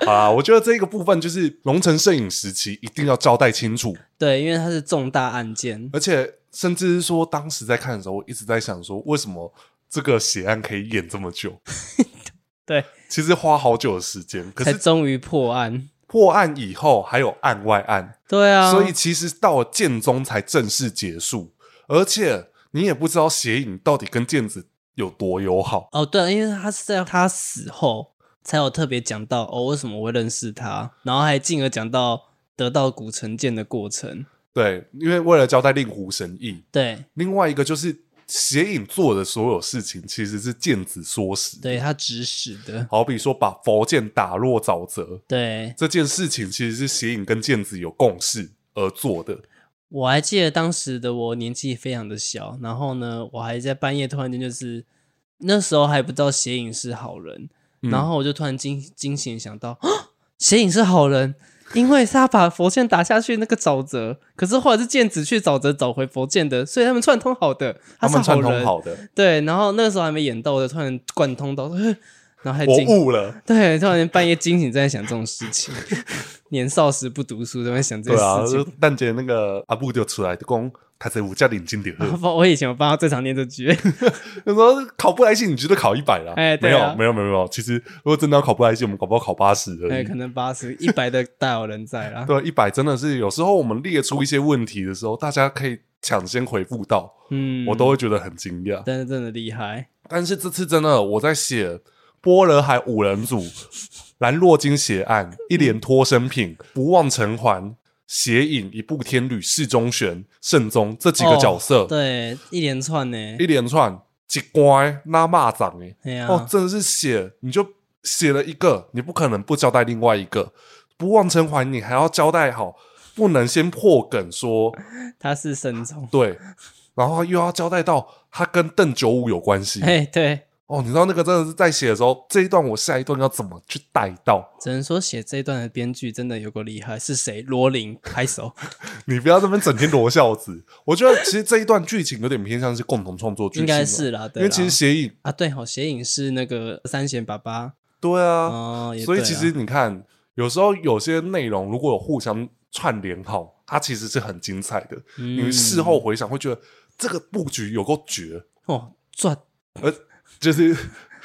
好啦，我觉得这个部分就是龙城摄影时期一定要交代清楚， 对，因为它是重大案件，而且甚至是说当时在看的时候，我一直在想说，为什么这个血案可以演这么久？ 对，其实花好久的时间，可才是终于破案。破案以后还有案外案，对啊，所以其实到了建中才正式结束，而且你也不知道邪影到底跟剑子有多友好。哦，对，因为他是在他死后才有特别讲到哦，为什么我会认识他，然后还进而讲到得到古城剑的过程。对，因为为了交代令狐神意，对，另外一个就是邪影做的所有事情其实是剑子唆使，对他指使的，好比说把佛剑打落沼泽对这件事情，其实是邪影跟剑子有共识而做的。我还记得当时的我年纪非常的小，然后呢，我还在半夜突然间就是那时候还不知道邪影是好人，嗯然后我就突然惊惊醒想到，啊邪影是好人，因为是他把佛剑打下去那个沼泽，可是后来是剑子去沼泽找回佛剑的，所以他们串通好的，他是们好串通人，好的，对，然后那个时候还没演到，我就突然贯通到， 呃然后还我惊，悟了。对，突然间半夜惊醒在想这种事情， 年少时不读书，在那边想这对啊些事，情。蛋姐那个阿布就出来就哦讲，他在五家领金点，然 后我以前我帮他最常念这句，他说考不来信，你觉 得考一百啦？哎没对有啊没有没有没有，其实如果真的要考不来信，我们搞不好考八十而哎，已 可。能八十、一百的大有人在 啦。对，一百真的是有时候我们列出一些问题的时候，大家可以抢先回复到，嗯，我都会觉得很惊讶。真的真的厉害。但是这次真的，我在写波罗海五人组、 兰若金血嗯案、一连脱身品、不忘尘寰、邪影、一步天旅、世中玄、圣宗这几个角色，哦对，一连串呢。一连串几乖拉蚂蚱哎，哎呀，哦，真的是写你就写了一个，你不可能不交代另外一个。不忘尘寰，你还要交代好，不能先破梗说他是神宗。对，然后又要交代到他跟邓九五有关系。哎，对，哦，你知道那个真的是在写的时候，这一段我下一段要怎么去带到？只能说写这一段的编剧真的有够厉害。是谁？罗琳，拍 手。你不要这边整天罗孝子。我觉得其实这一段剧情有点偏向是共同创作剧情应了，该是啦，因对啦。为其实协议啊，对好，邪影是那个三弦爸爸对啊，哦，也所以对其啊实你看，有时候有些内容如果有互相串联好，它其实是很精彩的。你嗯事后回想会觉得这个布局有够绝，哦赚，而就是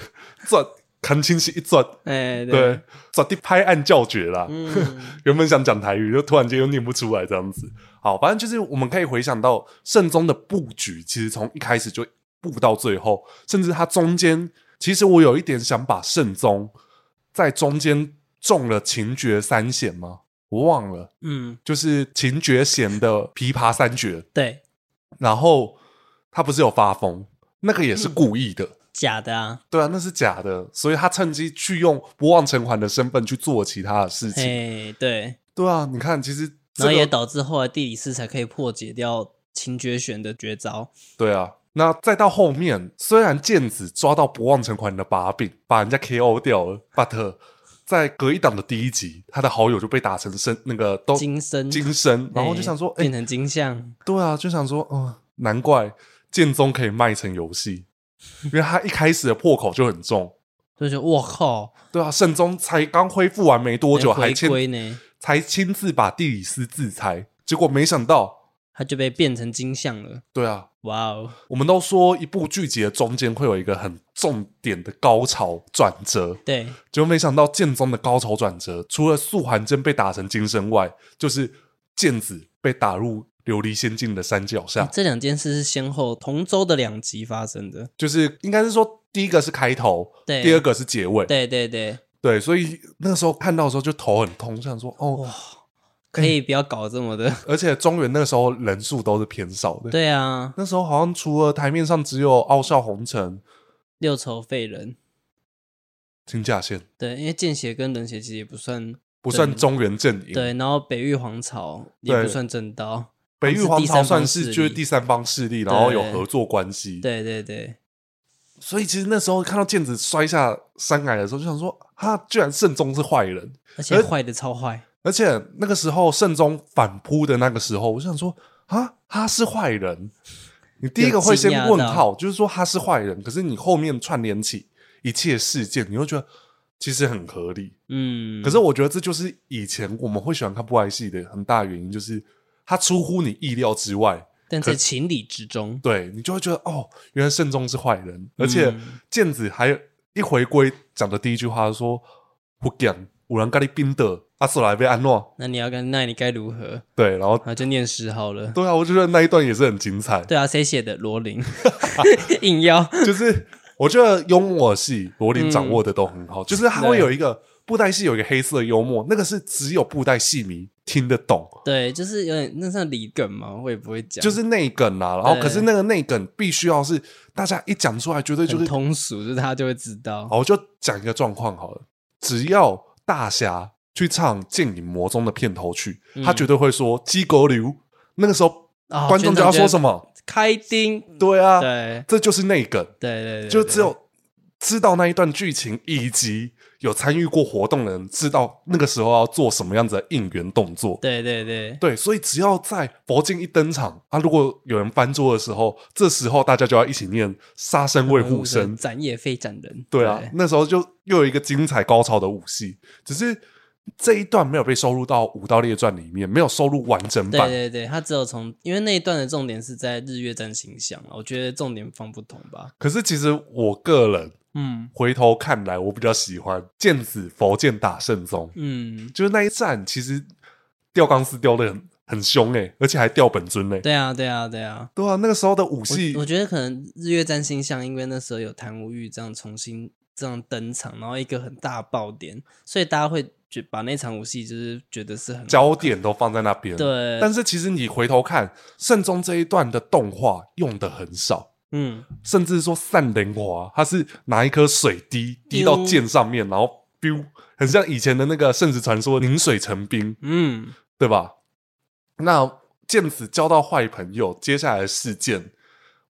转看清晰一转，哎，对，转地拍案叫绝啦。嗯， 原本想讲台语，就突然间又念不出来这样子。好，反正就是我们可以回想到圣宗的布局，其实从一开始就布到最后，甚至它中间，其实我有一点想把圣宗在中间中了秦爵三弦吗？我忘了，嗯，就是秦爵弦的琵琶三绝，对，然后他不是有发疯，那个也嗯是故意的。假的啊，对啊，那是假的，所以他趁机去用不忘尘寰的身份去做其他的事情。哎，对，对啊，你看，其实、这个、然后也导致后来地理师才可以破解掉秦绝选的绝招。对啊，那再到后面，虽然剑子抓到不忘尘寰的把柄，把人家 KO 掉了，but 在隔一档的第一集，他的好友就被打成身那个都金身哦金身，然后哎就想说，哎、变成金像，对啊，就想说，嗯、难怪剑宗可以卖成游戏，因为他一开始的破口就很重。就觉得我靠，对啊，圣宗才刚恢复完没多久，哎还回亲归呢，才亲自把地理师制裁，结果没想到，他就被变成金像了。对啊，哇哦，我们都说一部剧集的中间会有一个很重点的高潮转折，对，结果没想到剑宗的高潮转折，除了素还真被打成金身外，就是剑子被打入琉璃仙境的山脚下，这两件事是先后同周的两集发生的。就是应该是说第一个是开头，对第二个是结尾，对对对，对所以那时候看到的时候就头很痛，想说哦，可以不要搞这么的。 而且中原那时候人数都是偏少的，对啊，那时候好像除了台面上只有傲笑红尘、六仇废人。金甲线，对，因为见血跟冷血其实也不算不算对中原阵营，对，然后北域皇朝也对不算正道。北域皇朝算是就是第第三方势力，然后有合作关系。，对对对，所以其实那时候看到剑子摔下山崖的时候，就想说，哈，居然圣宗是坏人，而且而坏的超坏。而且那个时候圣宗反扑的那个时候，我就想说，啊，他是坏人。你第一个会先有惊问讶到号，就是说他是坏人，可是你后面串联起一切事件，你会觉得其实很合理。嗯，可是我觉得这就是以前我们会喜欢看布莱戏的很大原因，就是它出乎你意料之外，但在情理之中，对你就会觉得哦，原来慎终是坏人，而且嗯剑子还一回归讲的第一句话说：“不讲，有人跟你啊冰的，阿斯来被安诺。那你要跟那你该如何？”对，然后啊，就念诗好了。对啊，我就觉得那一段也是很精彩，对啊，谁写的？罗 琳硬要，就是 我觉得幽默系罗琳掌握的都很嗯好，就是他会有一个布袋戏有一个黑色幽默，那个是只有布袋戏迷听得懂，对，就是有点那算李梗嘛，我也不会讲，就是内梗啊啦、然后对可是那个内梗必须要是大家一讲出来，绝对就很是通俗，就是他就会知道。好，我就讲一个状况好了。只要大侠去唱《剑影魔宗》的片头曲，他嗯绝对会说“鸡狗流”。那个时候，啊观众就要说什么么？开丁，对啊，对这就是内梗，对对对，就对只有知道那一段剧情以及有参与过活动的人，知道那个时候要做什么样子的应援动作。对对对，对，所以只要在佛经一登场，啊，如果有人翻桌的时候，这时候大家就要一起念“杀生为护身”，斩也非斩人，对啊，那时候就又有一个精彩高潮的武戏，只是这一段没有被收录到《武道列传》里面，没有收录完整对版。对对，他只有从因为那一段的重点是在日月战星象，我觉得重点放不同吧。可是其实我个人嗯回头看来，我比较喜欢剑子佛剑打圣宗，嗯，就是那一战其实吊钢丝吊的很很凶诶、而且还吊本尊诶、欸对啊对啊对啊，对啊，那个时候的武戏我我觉得可能日月战星象，因为那时候有谭无欲这样重新这样登场，然后一个很大爆点，所以大家会觉把那场武戏就是觉得是很焦点都放在那边。对，但是其实你回头看圣宗这一段的动画用的很少，嗯甚至说散莲华，它是拿一颗水滴滴到剑上面，然后 biu，很像以前的那个圣旨传说凝水成冰，嗯对吧？那剑子交到坏朋友，接下来的事件，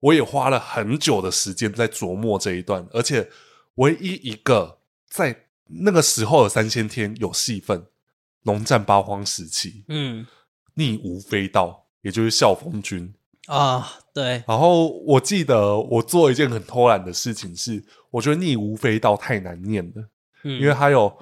我也花了很久的时间在琢磨这一段，而且唯一一个在那个时候的三千天有戏份，龙战八荒时期，嗯逆无飞道，也就是笑风君，啊，对，然后我记得我做一件很偷懒的事情是，我觉得逆无非道太难念了，嗯，因为它有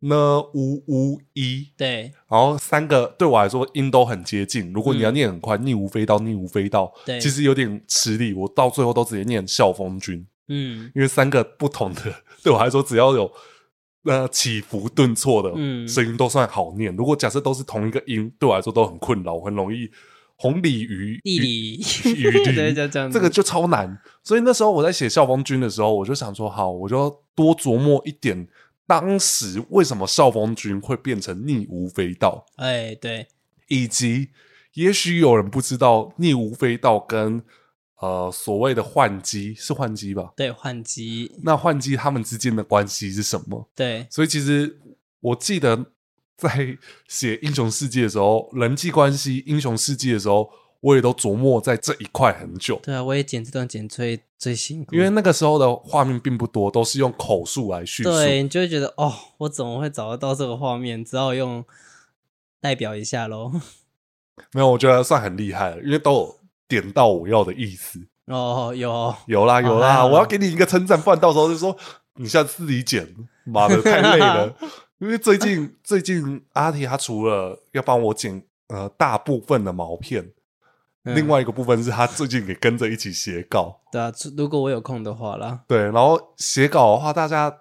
呢呜呜一，对然后三个对我来说音都很接近。如果你要念很快，逆无非道，逆无非道，嗯对其实有点吃力。我到最后都直接念笑风君，嗯因为三个不同的对我来说，只要有呃起伏顿挫的嗯声音都算好念。如果假设都是同一个音，对我来说都很困扰，我很容易红鲤鱼地理鱼鳞 对就这样子这个就超难。所以那时候我在写校风君的时候，我就想说，好，我就多琢磨一点，当时为什么校风君会变成逆无非道，哎对以及也许有人不知道逆无非道跟呃所谓的换机是换机吧？对换机那换机他们之间的关系是什么？对所以其实我记得在写英雄事迹的时候，人际关系、英雄事迹的时候，我也都琢磨在这一块很久。对啊，我也剪这段剪最最辛苦，因为那个时候的画面并不多，都是用口述来叙述。对你就会觉得哦，我怎么会找得到这个画面？只好用代表一下喽。没有，我觉得算很厉害了，因为都有点到我要的意思。 哦，有哦有啦，有啦，还好我要给你一个称赞，不然到时候就说你下次自己剪，妈的太累 了。因为最近最近阿提他除了要帮我剪呃大部分的毛片，嗯另外一个部分是他最近也跟着一起写稿。对啊，出如果我有空的话啦，对，然后写稿的话，大家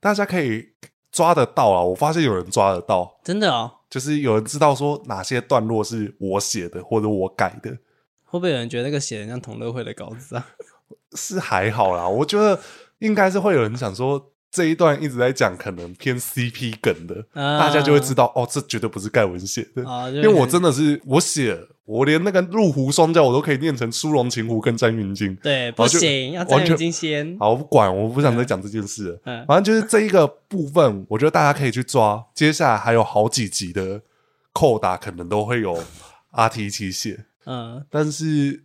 大家可以抓得到啊，我发现有人抓得到。真的哦，就是有人知道说哪些段落是我写的或者我改的，会不会有人觉得那个写的像同乐会的稿子啊？ 是还好啦。我觉得应该是会有人想说这一段一直在讲可能偏 CP 梗的，啊大家就会知道哦，这绝对不是盖文写的，啊，因因为我真的是我写，我连那个入湖双教我都可以念成苏龙擒虎跟詹云经。对不就行，要完占全领金先。好，我不管，我不想再讲这件事了。嗯，反正就是这一个部分，我觉得大家可以去抓。接下来还有好几集的扣打，可能都会有阿 T 一起写。嗯，但是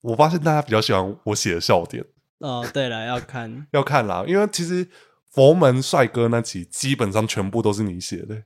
我发现大家比较喜欢我写的笑点，哦，对了，要看要看啦，因为其实佛门帅哥那集基本上全部都是你写的，啊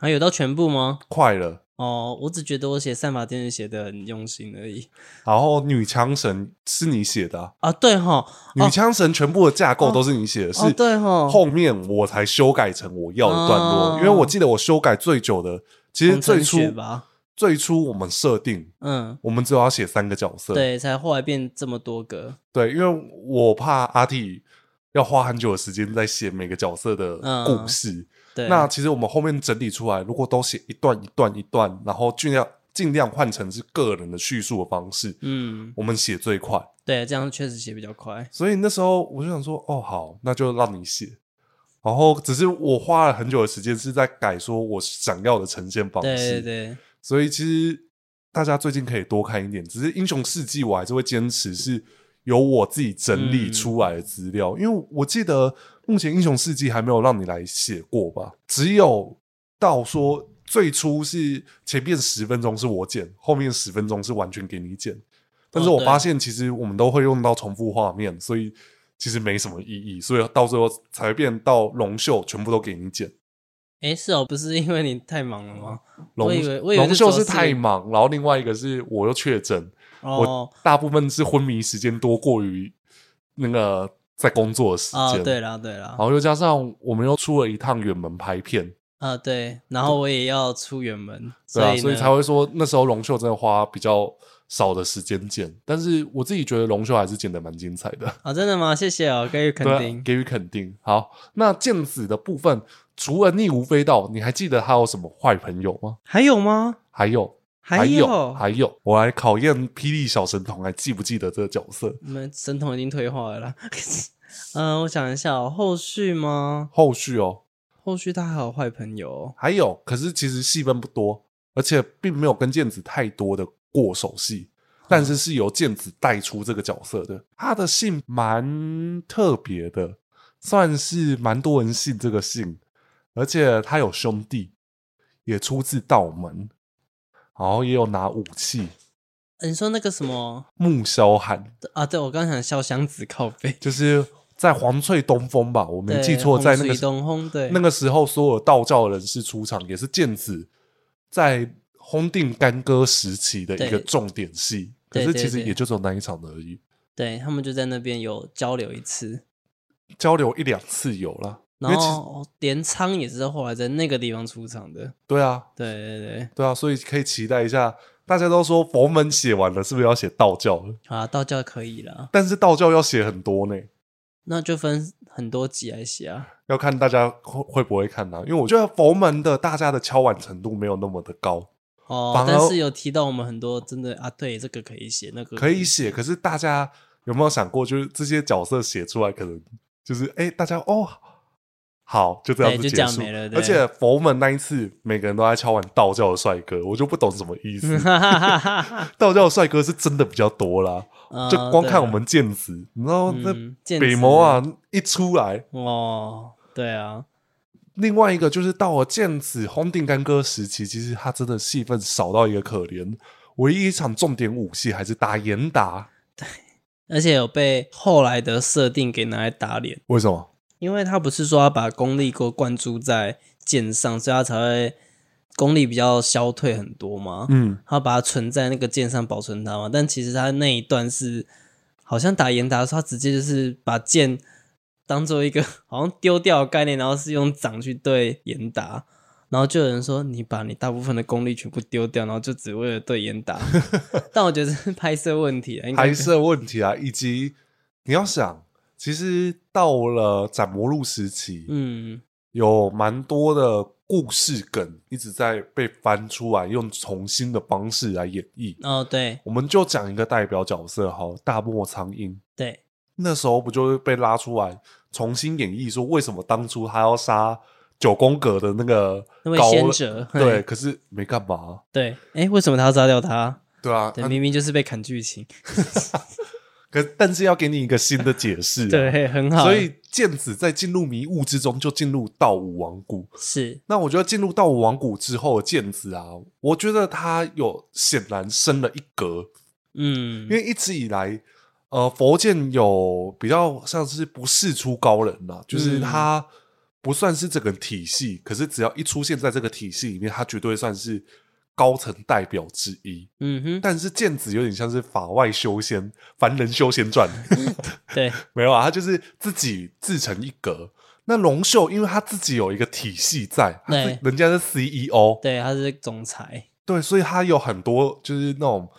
还有到全部吗？快了，哦，我只觉得我写散发天使写的很用心而已然后女枪神是你写的啊、啊。对哈，女枪神全部的架构都是你写的，哦是对哈，后面我才修改成我要的段落，哦因为我记得我修改最久的，其实红尘最初雪吧，最初我们设定嗯，我们只有要写三个角色，对，才后来变这么多个，对因为我怕阿 T 要花很久的时间在写每个角色的嗯故事，对，那其实我们后面整理出来，如果都写一段一段一段，然后尽量尽量换成是个人的叙述的方式，嗯，我们写最快。对，这样确实写比较快，所以那时候我就想说，哦，好，那就让你写。 然后只是我花了很久的时间是在改，说我想要的呈现方式。对对对，所以其实大家最近可以多看一点，只是《英雄事迹》我还是会坚持是由我自己整嗯理出来的资料，因为我记得目前《英雄事迹》还没有让你来写过吧？只有到说最初是前面十分钟是我剪，后面十分钟是完全给你剪，但是哦我对发现其实我们都会用到重复画面，所以。其实没什么意义，所以到最后才会变到龙秀全部都给你剪。诶，是哦，不是因为你太忙了吗？龙我以为我以为龙是秀主要是是太忙，然后另外一个是我又确诊，哦我大部分是昏迷时间多过于那个在工作的时间，啊，对啦对啦然，后又加上我们又出了一趟远门拍片，啊对，然后我也要出远门，对啊，以所以呢才会说那时候龙秀真的花比较少的时间剪，但是我自己觉得龙秀还是剪得蛮精彩的，啊，真的吗？谢谢哦，给予肯对啊定。给予肯定。好，那剑子的部分，除了逆无飞道，你还记得他有什么坏朋友吗？还有吗？还有。还有有，还有，我来考验霹雳小神童还记不记得这个角色？我们神童已经退化了啦。 嗯、我想一下、哦，后续吗？后续哦，后续他还有坏朋友哦、还有，可是其实戏份不多，而且并没有跟剑子太多的过手戏，但是是由剑子带出这个角色的。他的姓蛮特别的，算是蛮多人信这个姓，而且他有兄弟，也出自道门，然后也有拿武器呃你说那个什么木萧寒，啊？对，我刚想潇湘子靠背，就是在黄翠东风吧，我没对记错，在那个洪水东轰对那个时候所有道教人士出场，也是剑子在轰定干戈时期的一个对重点戏。可对是对其实对也就只有那一场而已，对他们就在那边有交流一次，交流一两次有啦。因然为其实后镰仓也是后来在那个地方出场的。对啊，对对对，对啊，所以可以期待一下。大家都说佛门写完了，是不是要写道教了？好啊，道教可以啦，但是道教要写很多呢，那就分很多集来写啊。要看大家会会不会看啊。因为我觉得佛门的大家的敲碗程度没有那么的高，哦反，但而是有提到我们很多真的啊，对，这个可以写，那个可以 写， 可是大家有没有想过，就是这些角色写出来，可能就是哎、诶大家哦，好，就这样对子就这结样束没了。对而且佛门那一次，每个人都在敲完道教的帅哥，我就不懂什么意思。 道教的帅哥是真的比较多啦，呃就光对看啊我们剑子，你知道那嗯剑北子魔啊一出来，哦，对啊，另外一个就是到了剑子轰定干戈时期，其实他真的戏份少到一个可怜。唯一一场重点武戏还是打严打，而且有被后来的设定给拿来打脸，为什么？因为他不是说要把功力给我灌注在剑上，所以他才会功力比较消退很多嘛。嗯，他把它存在那个剑上保存它嘛，但其实他那一段是好像打严打的时候，他直接就是把剑当做一个 好像丢掉的概念，然后是用掌去对严打，然后就有人说你把你大部分的功力全部丢掉，然后就只为了对 严打，但我觉得是拍摄问题啊，应该拍摄问题啊，以及你要想，其实到了斩魔录时期，嗯有蛮多的故事梗一直在被翻出来，用重新的方式来演绎。哦对我们就讲一个代表角色好了，大漠苍鹰对那时候不就被拉出来重新演绎，说为什么当初他要杀九宫格的那个那位高先者嘿对，可是没干嘛，啊对，哎、为什么他要杀掉他？对啊，对，那明明就是被砍剧情，可但是要给你一个新的解释、啊， 对，很好，所以剑子在进入迷雾之中，就进入道武王谷。是那我觉得进入道武王谷之后，剑子啊，我觉得他有显然升了一格，嗯因为一直以来，呃，佛剑有比较像是不世出高人呐、就是嗯他不算是整个体系，可是只要一出现在这个体系里面，他绝对算是高层代表之一。嗯哼，但是剑子有点像是法外修仙，凡人修仙传，对，没有啊，他就是自己自成一格。那龙秀，因为他自己有一个体系在，他是对人家是 CEO，对，他是总裁，对，所以他有很多就是那种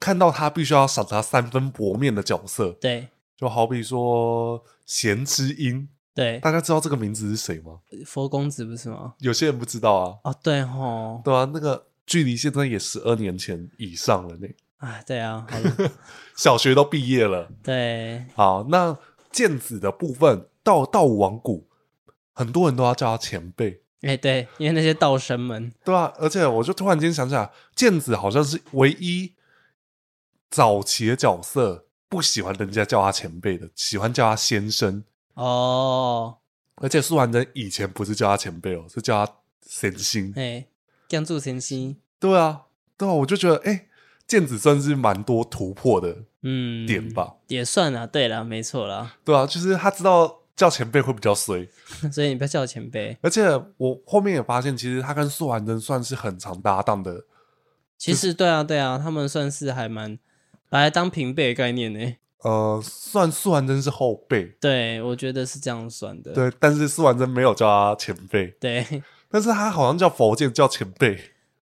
看到他必须要赏他三分薄面的角色，对就好比说贤之音，对，大家知道这个名字是谁吗？佛公子不是吗？有些人不知道啊，哦，对吼，对啊，那个距离现在也十二年前以上了呢，哎，对啊，好 了小学都毕业了。对，好，那剑子的部分到到武王谷，很多人都要叫他前辈，哎对，因为那些道神们，对啊，而且我就突然间想起来，剑子好像是唯一早期的角色不喜欢人家叫他前辈的，喜欢叫他先生。哦，而且苏完真以前不是叫他前辈哦，是叫他神星。哎，江住神心，对啊，对啊，我就觉得，哎、剑子算是蛮多突破的嗯，点吧。也算啦，对啦，没错啦， 对啊，就是他知道叫前辈会比较衰，所以你不要叫我前辈，而且我后面也发现，其实他跟苏完真算是很常搭档的。其实对啊对啊，他们算是还蛮把来当平辈的概念呢，呃，算苏完真是后辈，对，我觉得是这样算的，对，但是苏完真没有叫他前辈，对，但是他好像叫佛剑叫前辈，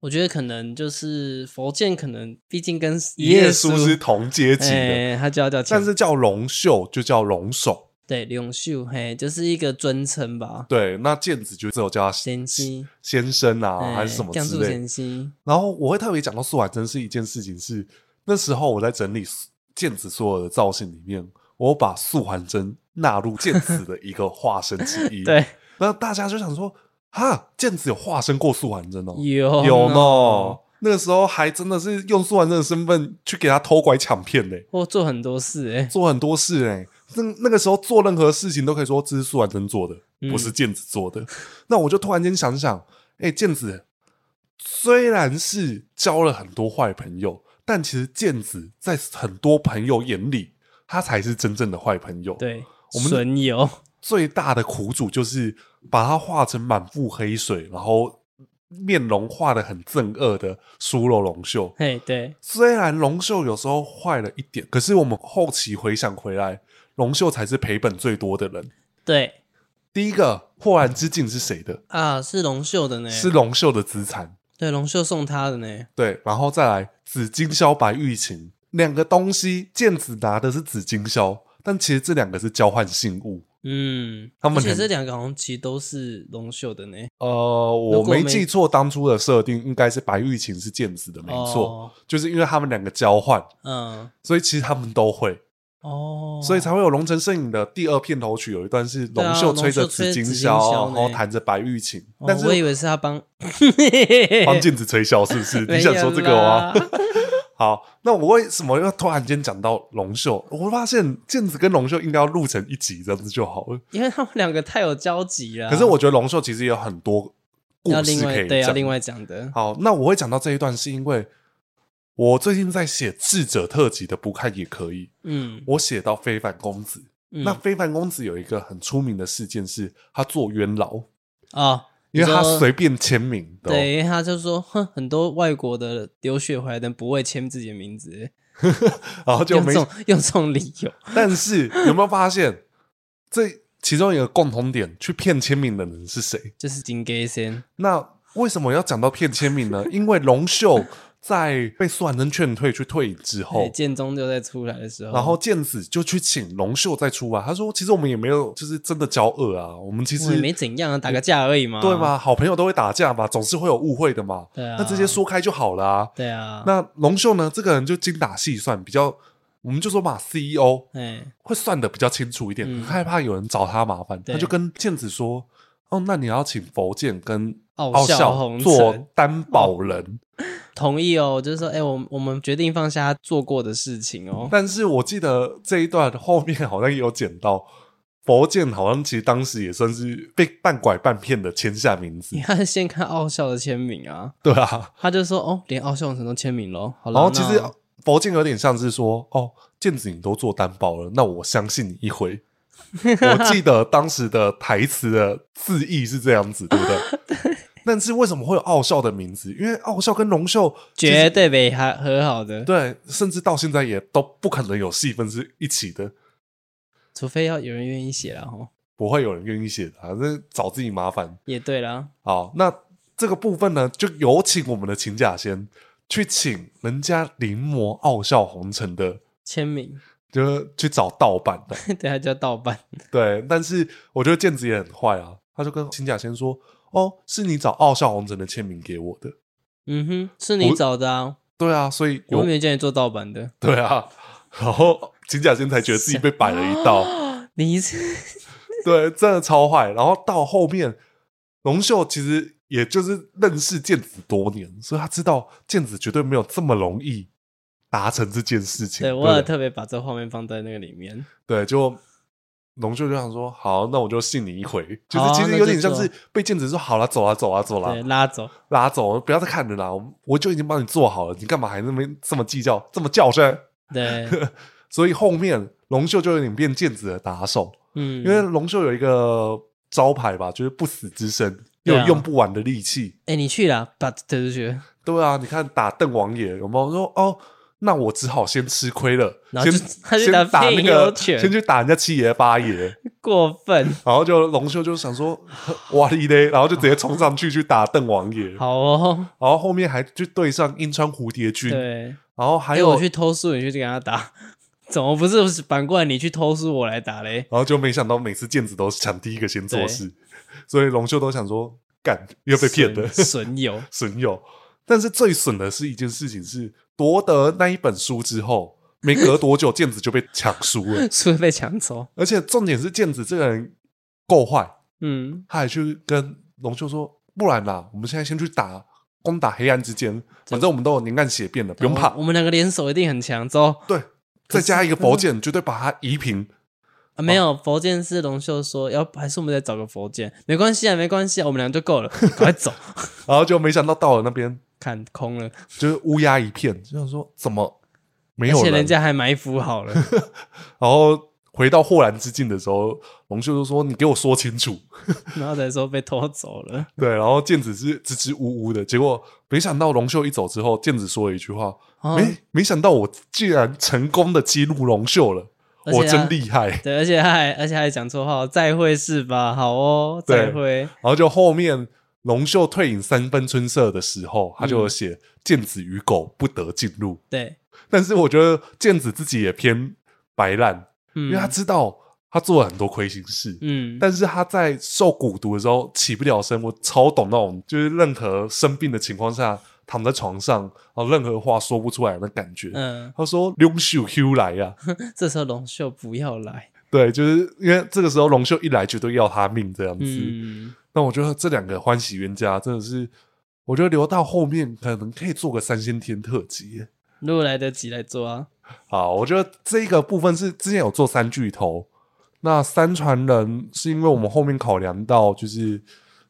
我觉得可能就是佛剑，可能毕竟跟一页书是同阶级的，哎，他就要叫前但是叫龙秀就叫龙首，对，龙秀，嘿，就是一个尊称吧，对，那剑子就只有叫他先妻先生啊，哎还是什么降之柱类的。先妻，然后我会特别讲到苏婉珍是一件事情是，那时候我在整理剑子所有的造型里面，我把素还真纳入剑子的一个化身之一。， 对，那大家就想说，哈，剑子有化身过素还真哦，有哦有呢呢，。那个时候还真的是用素还真的身份去给他偷拐抢骗呢、我做很多事，哎，做很多事哎、那那个时候做任何事情都可以说这是苏婉珍做的，嗯不是剑子做的。那我就突然间想想，哎、剑子虽然是交了很多坏朋友，但其实剑子在很多朋友眼里，他才是真正的坏朋友。，对，我们损友，最大的苦主就是把他画成满腹黑水，然后面容画的很憎恶的苏肉龙秀。嘿，对，虽然龙秀有时候坏了一点，可是我们后期回想回来，龙秀才是赔本最多的人。对第一个破然之境是谁的？啊，是龙秀的呢，是龙秀的资产。对，龙秀送他的呢，对，然后再来紫金霄、白玉琴两个东西，剑子拿的是紫金霄，但其实这两个是交换信物。嗯，他们而且很这两个好像其实都是龙秀的呢，呃，我如果没没记错，当初的设定应该是白玉琴是剑子的，没错，哦，就是因为他们两个交换，嗯，所以其实他们都会。哦，所以才会有《龙城摄影》的第二片头曲，有一段是对啊龙秀吹着紫金箫，龙秀吹着紫金箫然后呢弹着白玉琴，哦但是我以为是他 帮帮镜子吹箫是不是？ 没你想说有这个哦吗啦？好，那我为什么要突然间讲到龙秀？我发现镜子跟龙秀应该要录成一集这样子就好了。因为他们两个太有交集了。可是我觉得龙秀其实也有很多故要事另可外以啊对要讲。另外讲的，好，那我会讲到这一段，是因为我最近在写智者特辑的，不看也可以。嗯，我写到非凡公子，嗯那非凡公子有一个很出名的事件是，他坐冤牢，哦，因为他你说随便签名的哦、对，因为他就说，哼，很多外国的留学回来的人不会签自己的名字，然后就用这没。种用这种理由，但是有没有发现，这其中一个共同点，去骗签名的人是谁？就是金给先，那为什么要讲到骗签名呢？因为龙秀在被苏婉珍劝退去退隐之对，后。建中就在出来的时候，哦然后剑子就去请龙秀再出啊来，他说：“其实我们也没有，就是真的交恶啊，我们其我实也没怎样啊，打个架而已嘛，对？嘛，好朋友都会打架嘛，总是会有误会的嘛。对啊那直接说开就好了啊。对啊，那龙秀呢，这个人就精打细算，比较我们就说嘛，CEO E 哎，会算的比较清楚一点，嗯很害怕有人找他麻烦，对他就跟剑子说：“哦，那你要请佛剑跟傲傲笑笑红做尘哦担保人。同意哦，就是说，哎，我们我们决定放下他做过的事情哦，但是我记得这一段后面好像也有讲到，佛剑好像其实当时也算是被半拐半骗的签下名字 你，看先看傲笑的签名啊，对啊。他就说，哦，连傲笑红尘都签名喽，好了，然后其实那佛剑有点像是说：“哦，剑子你都做担保了，那我相信你一回。” 我记得当时的台词的字意是这样子，对不对？但是为什么会有傲笑的名字？因为傲笑跟龙秀就是绝对没和和好的，对，甚至到现在也都不可能有戏份是一起的，除非要有人愿意写了吼。不会有人愿意写的、啊，那找自己麻烦。也对啦，好，那这个部分呢，就有请我们的秦假仙去请人家临摹傲笑红尘的，签名， 就是去找盗版的。对，他叫盗版，对，但是我觉得剑子也很坏啊，他就跟秦假仙说：“哦，是你找傲笑红尘的签名给我的。嗯哼，是你我找的啊，”对啊，所以我有没有叫你做盗版的。对啊，然后秦假仙才觉得自己被摆了一道。啊你是 对，真的超坏。然后到后面，龙秀其实也就是认识剑子多年，所以他知道剑子绝对没有这么容易达成这件事情。对对我有不对，特别把这画面放在那个里面，对，就龙秀就想说，好，那我就信你一回。 就好是其啊实那有就点像做是被剑子说，好了，走啦，走啦，走啦对，，拉走，拉走，不要再看了啦，我我就已经帮你做好了，你干嘛还那么这么计较，这么较真？ 对，所以后面龙秀就有点变剑子的打手。嗯，因为龙秀有一个招牌吧，就是不死之身，又对啊有用不完的力气。哎，你去啦，把对对对，对啊，你看打邓王爷有没有说哦？那我只好先吃亏了，然后就先他就先打打那配合个，拳先去打人家七爷八爷，过 分，然后就龙秀就想说 哇哩嘞，然后就直接冲上去去打邓王爷，然好哦，后后面还去对上英川蝴蝶君，对，然后嗯还还有我去偷书，你去跟他打，怎么不是反过来你去偷书我来打嘞？然后就没想到每次剑子都是抢第一个先做对事，所以龙秀都想说干又被骗了， 损损友， 损友。但是最损的是一件事情是，夺得那一本书之后，没隔多久，剑子就被抢书了。 书被抢走，而且重点是，剑子这个人够坏，嗯，他还去跟龙秀说：“不然啦，我们现在先去打攻打黑暗之间，反正我们都有灵感血变的，不用怕我。我们两个联手一定很强，走。”对，再加一个佛剑，绝对把他夷平。啊，没哦有佛剑是龙秀说要，还是我们再找个佛剑？没关系啊，没关系啊，我们俩就 够了，赶快走。然后就没想到到了那边，看空了，就是乌鸦一片，就想说怎么没而有且人？人家还埋伏好了， 然后回到霍然之境的时候，龙秀就说：“你给我说清楚。”然后才说被偷走了。对，然后剑子是支支吾吾的，结果没想到龙秀一走之后，剑子说了一句话：“哦没、没想到我竟然成功的激怒龙秀了，而 且我真他厉害。”对，而且他还而且还讲错话，再会是吧？好哦，对再会。然后就后面龙秀退隐三分春色的时候，他就有写“剑子与狗不得进入对，”，但是我觉得剑子自己也偏白烂，因嗯为他知道他做了很多亏心事。嗯，但是他在受蛊毒的时候起不了身，我超懂那种就是任何生病的情况下躺在床上，然后任何话说不出来的感觉。嗯，他说：“龙秀 Q 来呀、这时候龙秀不要来。对，就是因为这个时候龙秀一来，绝对要他命这样子。嗯，那我觉得这两个欢喜冤家真的是，我觉得留到后面可能可以做个三仙天特辑。如果来得及来做啊。好，我觉得这个部分是之前有做三巨头，那三传人是因为我们后面考量到就是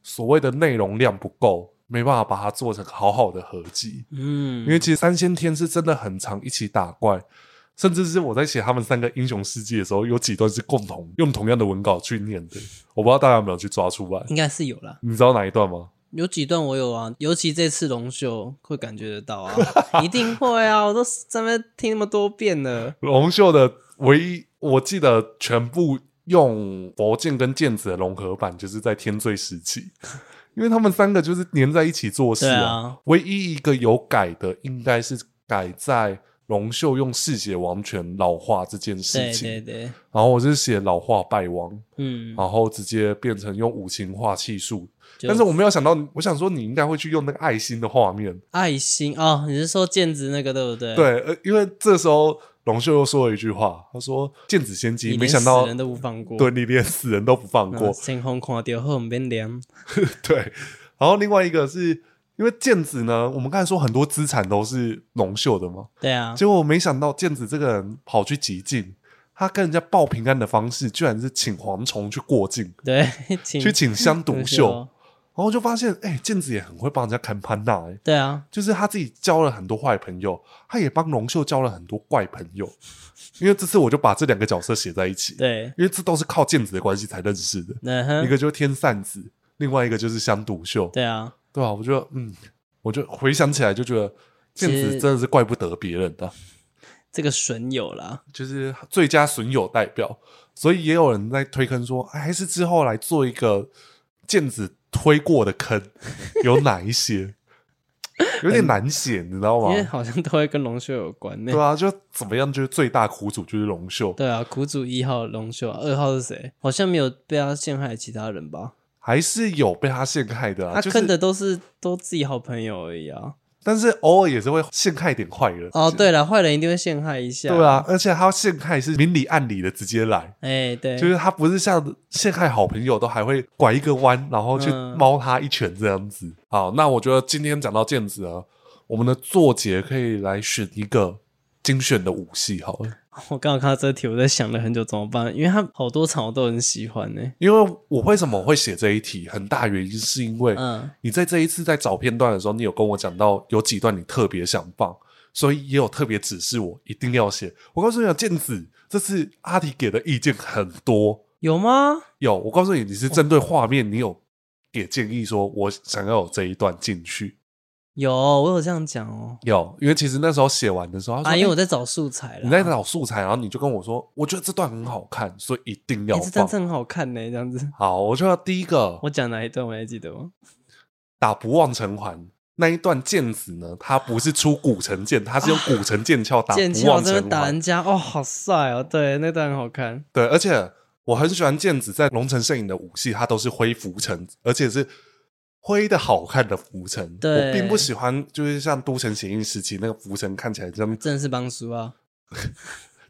所谓的内容量不够，没办法把它做成好好的合集。嗯，因为其实三先天是真的很常一起打怪，甚至是我在写他们三个英雄事迹的时候，有几段是共同用同样的文稿去念的。我不知道大家有没有去抓出来，应该是有啦，你知道哪一段吗？有几段我有啊，尤其这次龙秀会感觉得到 啊，一定会啊，我都在那边听那么多遍了。龙秀的唯一，我记得全部用佛剑跟剑子的融合版，就是在天罪时期， 因为他们三个就是粘在一起做事对啊。啊，唯一一个有改的，应该是改在龙秀用嗜血王权老化这件事对情。对对，然后我是写老化败亡，嗯，然后直接变成用五行化气术，就但是我没有想到，我想说你应该会去用那个爱心的画面，爱心哦，你是说剑子那个对不对？，对，呃，因为这时候龙秀又说了一句话，他说：“剑子仙姬，你没连想到死人都不放过，对你连死人都不放过啊，，先红看到后面凉，对。”然后另外一个是因为剑子呢，我们刚才说很多资产都是龙秀的嘛，对啊，结果没想到剑子这个人跑去极境，他跟人家报平安的方式，居然是请蝗虫去过境，对， 请哦去请香独毒 秀，然，后就发现，哎、剑子也很会帮人家看潘娜、哎。对啊，就是他自己交了很多坏朋友，他也帮龙秀交了很多怪朋友。因为这次我就把这两个角色写在一起，对，因为这都是靠剑子的关系才认识的。嗯一哼，个就是天扇子，另外一个就是香独秀。对啊，对啊，我觉得，嗯，我就回想起来就觉得其剑实子真的是怪不得别人的，这个损友啦，就是最佳损友代表。所以也有人在推坑说，哎还是之后来做一个剑子推过的坑，有哪一些？有点难写，你知道吗嗯因？为好像都会跟龙秀有关呢、对啊，就怎么样，就是最大苦主就是龙秀，对啊，苦主一号龙秀、啊，二号是谁？好像没有被他陷害其他人吧？还是有被他陷害的啊。他就坑是，的都是都自己好朋友而已啊。但是偶尔也是会陷害点坏人。哦，对了，坏人一定会陷害一下。对，啊，而且他陷害是明里暗里的直接来，哎、对，就是他不是像陷害好朋友都还会拐一个弯，然后去嗯猫他一拳这样子。好，那我觉得今天讲到毽子啊，我们的作姐可以来选一个精选的武戏好了，我刚好看到这题，我在想了很久怎么办，因为他好多场我都很喜欢呢、因为我为什么会写这一题，很大原因是因为嗯，你在这一次在找片段的时候，你有跟我讲到有几段你特别想放，所以也有特别指示我一定要写。我告诉你啊，毽子这次阿迪给的意见很多。有吗？有，我告诉你，你是针对哦画面，你有给建议说，我想要有这一段进去。有，我有这样讲哦。有，因为其实那时候写完的时候，他说啊，因为欸我在找素材你在啦。哎找素材，然后你就跟我说，我觉得这段很好看，所以一定要哎、这放。段真的很好看呢、这样子。好，我就要第一个我讲哪一段我还记得吗？打不忘城环那一段剑子呢，它不是出古城剑，它是用古城剑鞘打剑不鞘忘真的城打人环。家哦，好帅哦！对，那段很好看。对，而且我很喜欢剑子在龙城摄影的武戏，它都是挥浮尘，而且是挥的好看的浮尘。对我并不喜欢，就是像都城血印时期那个浮尘看起来像，真的是帮叔啊，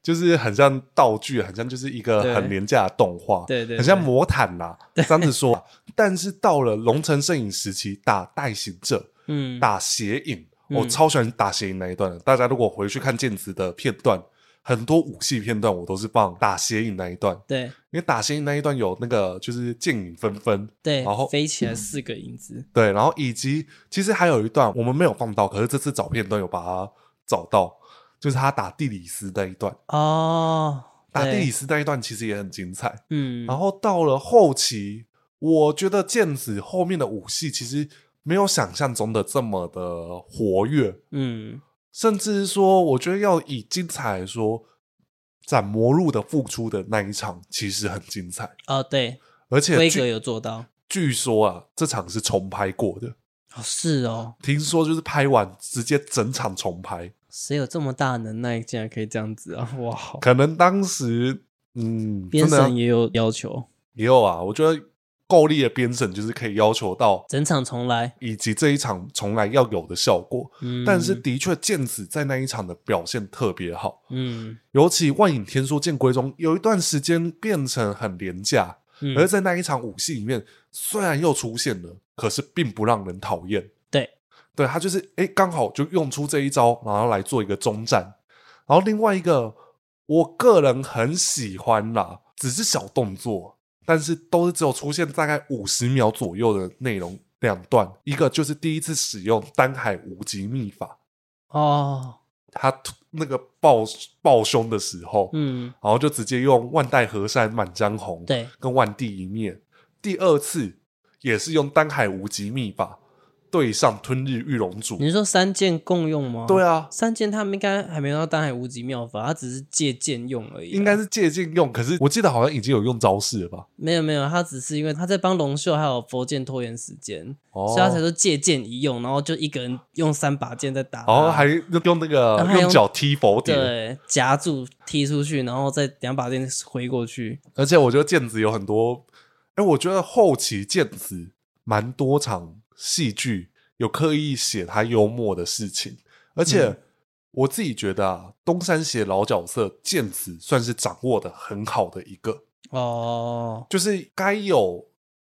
就是很像道具，很像就是一个对很廉价的动画，对对对很像魔毯啦、这样子说。啊但是到了龙城摄影时期，打代行者，嗯，打邪影，嗯我超喜欢打邪影那一段的。大家如果回去看剑子的片段，很多武戏片段我都是放打邪影那一段。对因为打星那一段有那个就是剑影纷纷，对然后，飞起来四个影子，对，然后以及其实还有一段我们没有放到，可是这次找片段有把它找到，就是他打蒂里斯那一段，哦，打哦蒂对里斯那一段其实也很精彩。嗯，然后到了后期，我觉得剑子后面的武戏其实没有想象中的这么的活跃，嗯，甚至是说，我觉得要以精彩来说，斩魔入的付出的那一场其实很精彩，哦，对，而且规据格有做到，据说啊，这场是重拍过的，哦，是哦，听说就是拍完直接整场重拍。谁有这么大的能耐，竟然可以这样子啊？ 哇，可能当时，嗯，编真的审也有要求，也有啊。我觉得够力的编审就是可以要求到，整场重来，以及这一场重来要有的效果。嗯，但是，的确，剑子在那一场的表现特别好，嗯，尤其万影天书剑归中有一段时间变成很廉价，嗯而在那一场武戏里面，虽然又出现了，可是并不让人讨厌。对，对他就是哎，诶刚好就用出这一招，然后来做一个中战。然后另外一个，我个人很喜欢啦，只是小动作，但是都是只有出现大概五十秒左右的内容两段。一个就是第一次使用丹海无极秘法，哦，他突那个抱抱胸的时候，嗯，然后就直接用万代河山满江红，对，跟万地一面。第二次也是用丹海无极秘法对上吞日玉龙主你，是说三剑共用吗？对啊，啊，三剑他们应该还没有到丹海无极妙法，他只是借剑用而已啊，应该是借鉴用，可是我记得好像已经有用招式了吧？没有没有，他只是因为他在帮龙秀还有佛剑拖延时间，哦，所以他才说借剑一用，然后就一个人用三把剑在打他，然后还用那然后个还用用脚踢佛碟，对夹住踢出去，然后再两把剑挥过去。而且我觉得毽子有很多，哎，我觉得后期毽子蛮多场戏剧有刻意写他幽默的事情，而且嗯我自己觉得啊，东山写老角色毽子算是掌握的很好的一个，哦，就是该有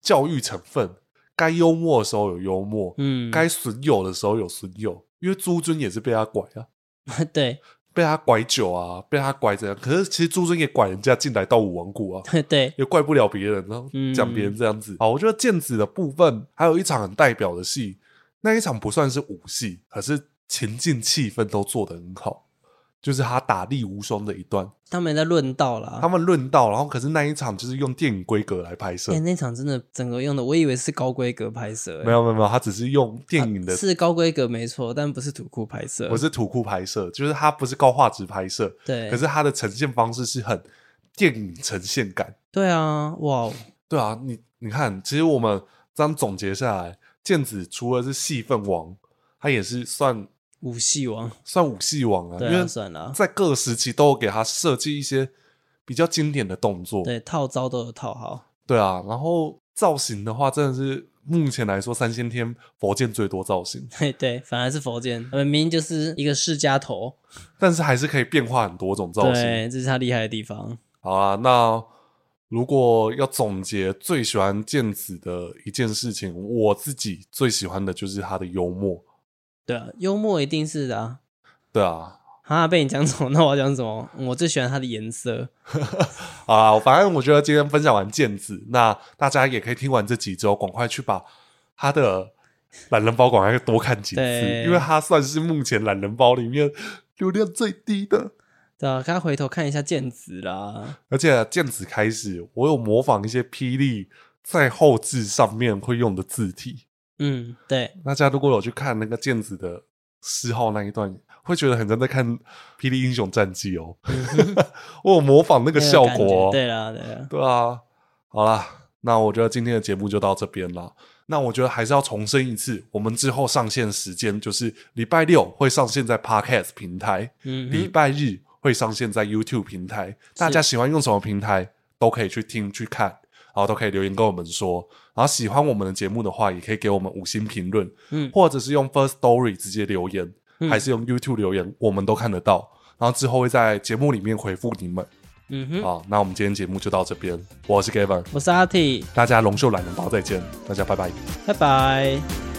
教育成分，该幽默的时候有幽默，嗯，该损友的时候有损友，因为朱尊也是被他拐啊， 对被他拐酒啊，被他拐这样。可是其实朱尊也拐人家进来到武王 谷啊，对，也怪不了别人啊，嗯讲别人这样子。好，我觉得剑子的部分还有一场很代表的戏，那一场不算是武戏，可是情境气氛都做得很好。就是他打力无双的一段，他们也在论道啦。他们论到，然后可是那一场就是用电影规格来拍摄哎、，那场真的整个用的，我以为是高规格拍摄、欸没有没有没有，他只是用电影的是高规格没错，但不是土库拍摄不。是土库拍摄，就是它不是高画质拍摄，对，可是它的呈现方式是很电影呈现感。对啊，哇哦，对啊，你你看，其实我们这样总结下来，剑子除了是戏份王，他也是算武戏王，算武戏王啊，对因啊，为算了啊，在各时期都有给他设计一些比较经典的动作。对套招都有套好， 对啊，然后造型的话，真的是目前来说三先天佛剑最多造型，嘿，对，反而是佛剑，呃明明就是一个世家头，但是还是可以变化很多种造型。对，这是他厉害的地方。好啊，那如果要总结最喜欢剑子的一件事情，我自己最喜欢的就是他的幽默。对啊，幽默一定是的啊。对啊，啊，被你讲走，那我要讲什么？我最喜欢它的颜色。啊，反正我觉得今天分享完剑子，那大家也可以听完这集之后，赶快去把他的懒人包赶快多看几次，对因为他算是目前懒人包里面流量最低的。对啊，他回头看一下剑子啦。而且剑子开始，我有模仿一些霹雳在后置上面会用的字体，嗯，对，大家如果有去看那个剑子的四号那一段，会觉得很像在看《霹雳英雄战记》哦。 我有模仿那个那效嗯感觉果、哦，对啦，对啦，对啊。好啦，那我觉得今天的节目就到这边啦。那我觉得还是要重申一次，我们之后上线时间就是礼拜六会上线在 Podcast 平台，嗯礼哼，拜日会上线在 YouTube 平台。大家喜欢用什么平台都可以去听去看，然后都可以留言跟我们说。然后喜欢我们的节目的话，也可以给我们五星评论，嗯或者是用 First Story 直接留言，嗯还是用 YouTube 留言，我们都看得到。然后之后会在节目里面回复你们。嗯哼，好，那我们今天节目就到这边，我是 Gavin，我是阿 T，大家龙秀懒人包再见，大家拜拜。拜拜。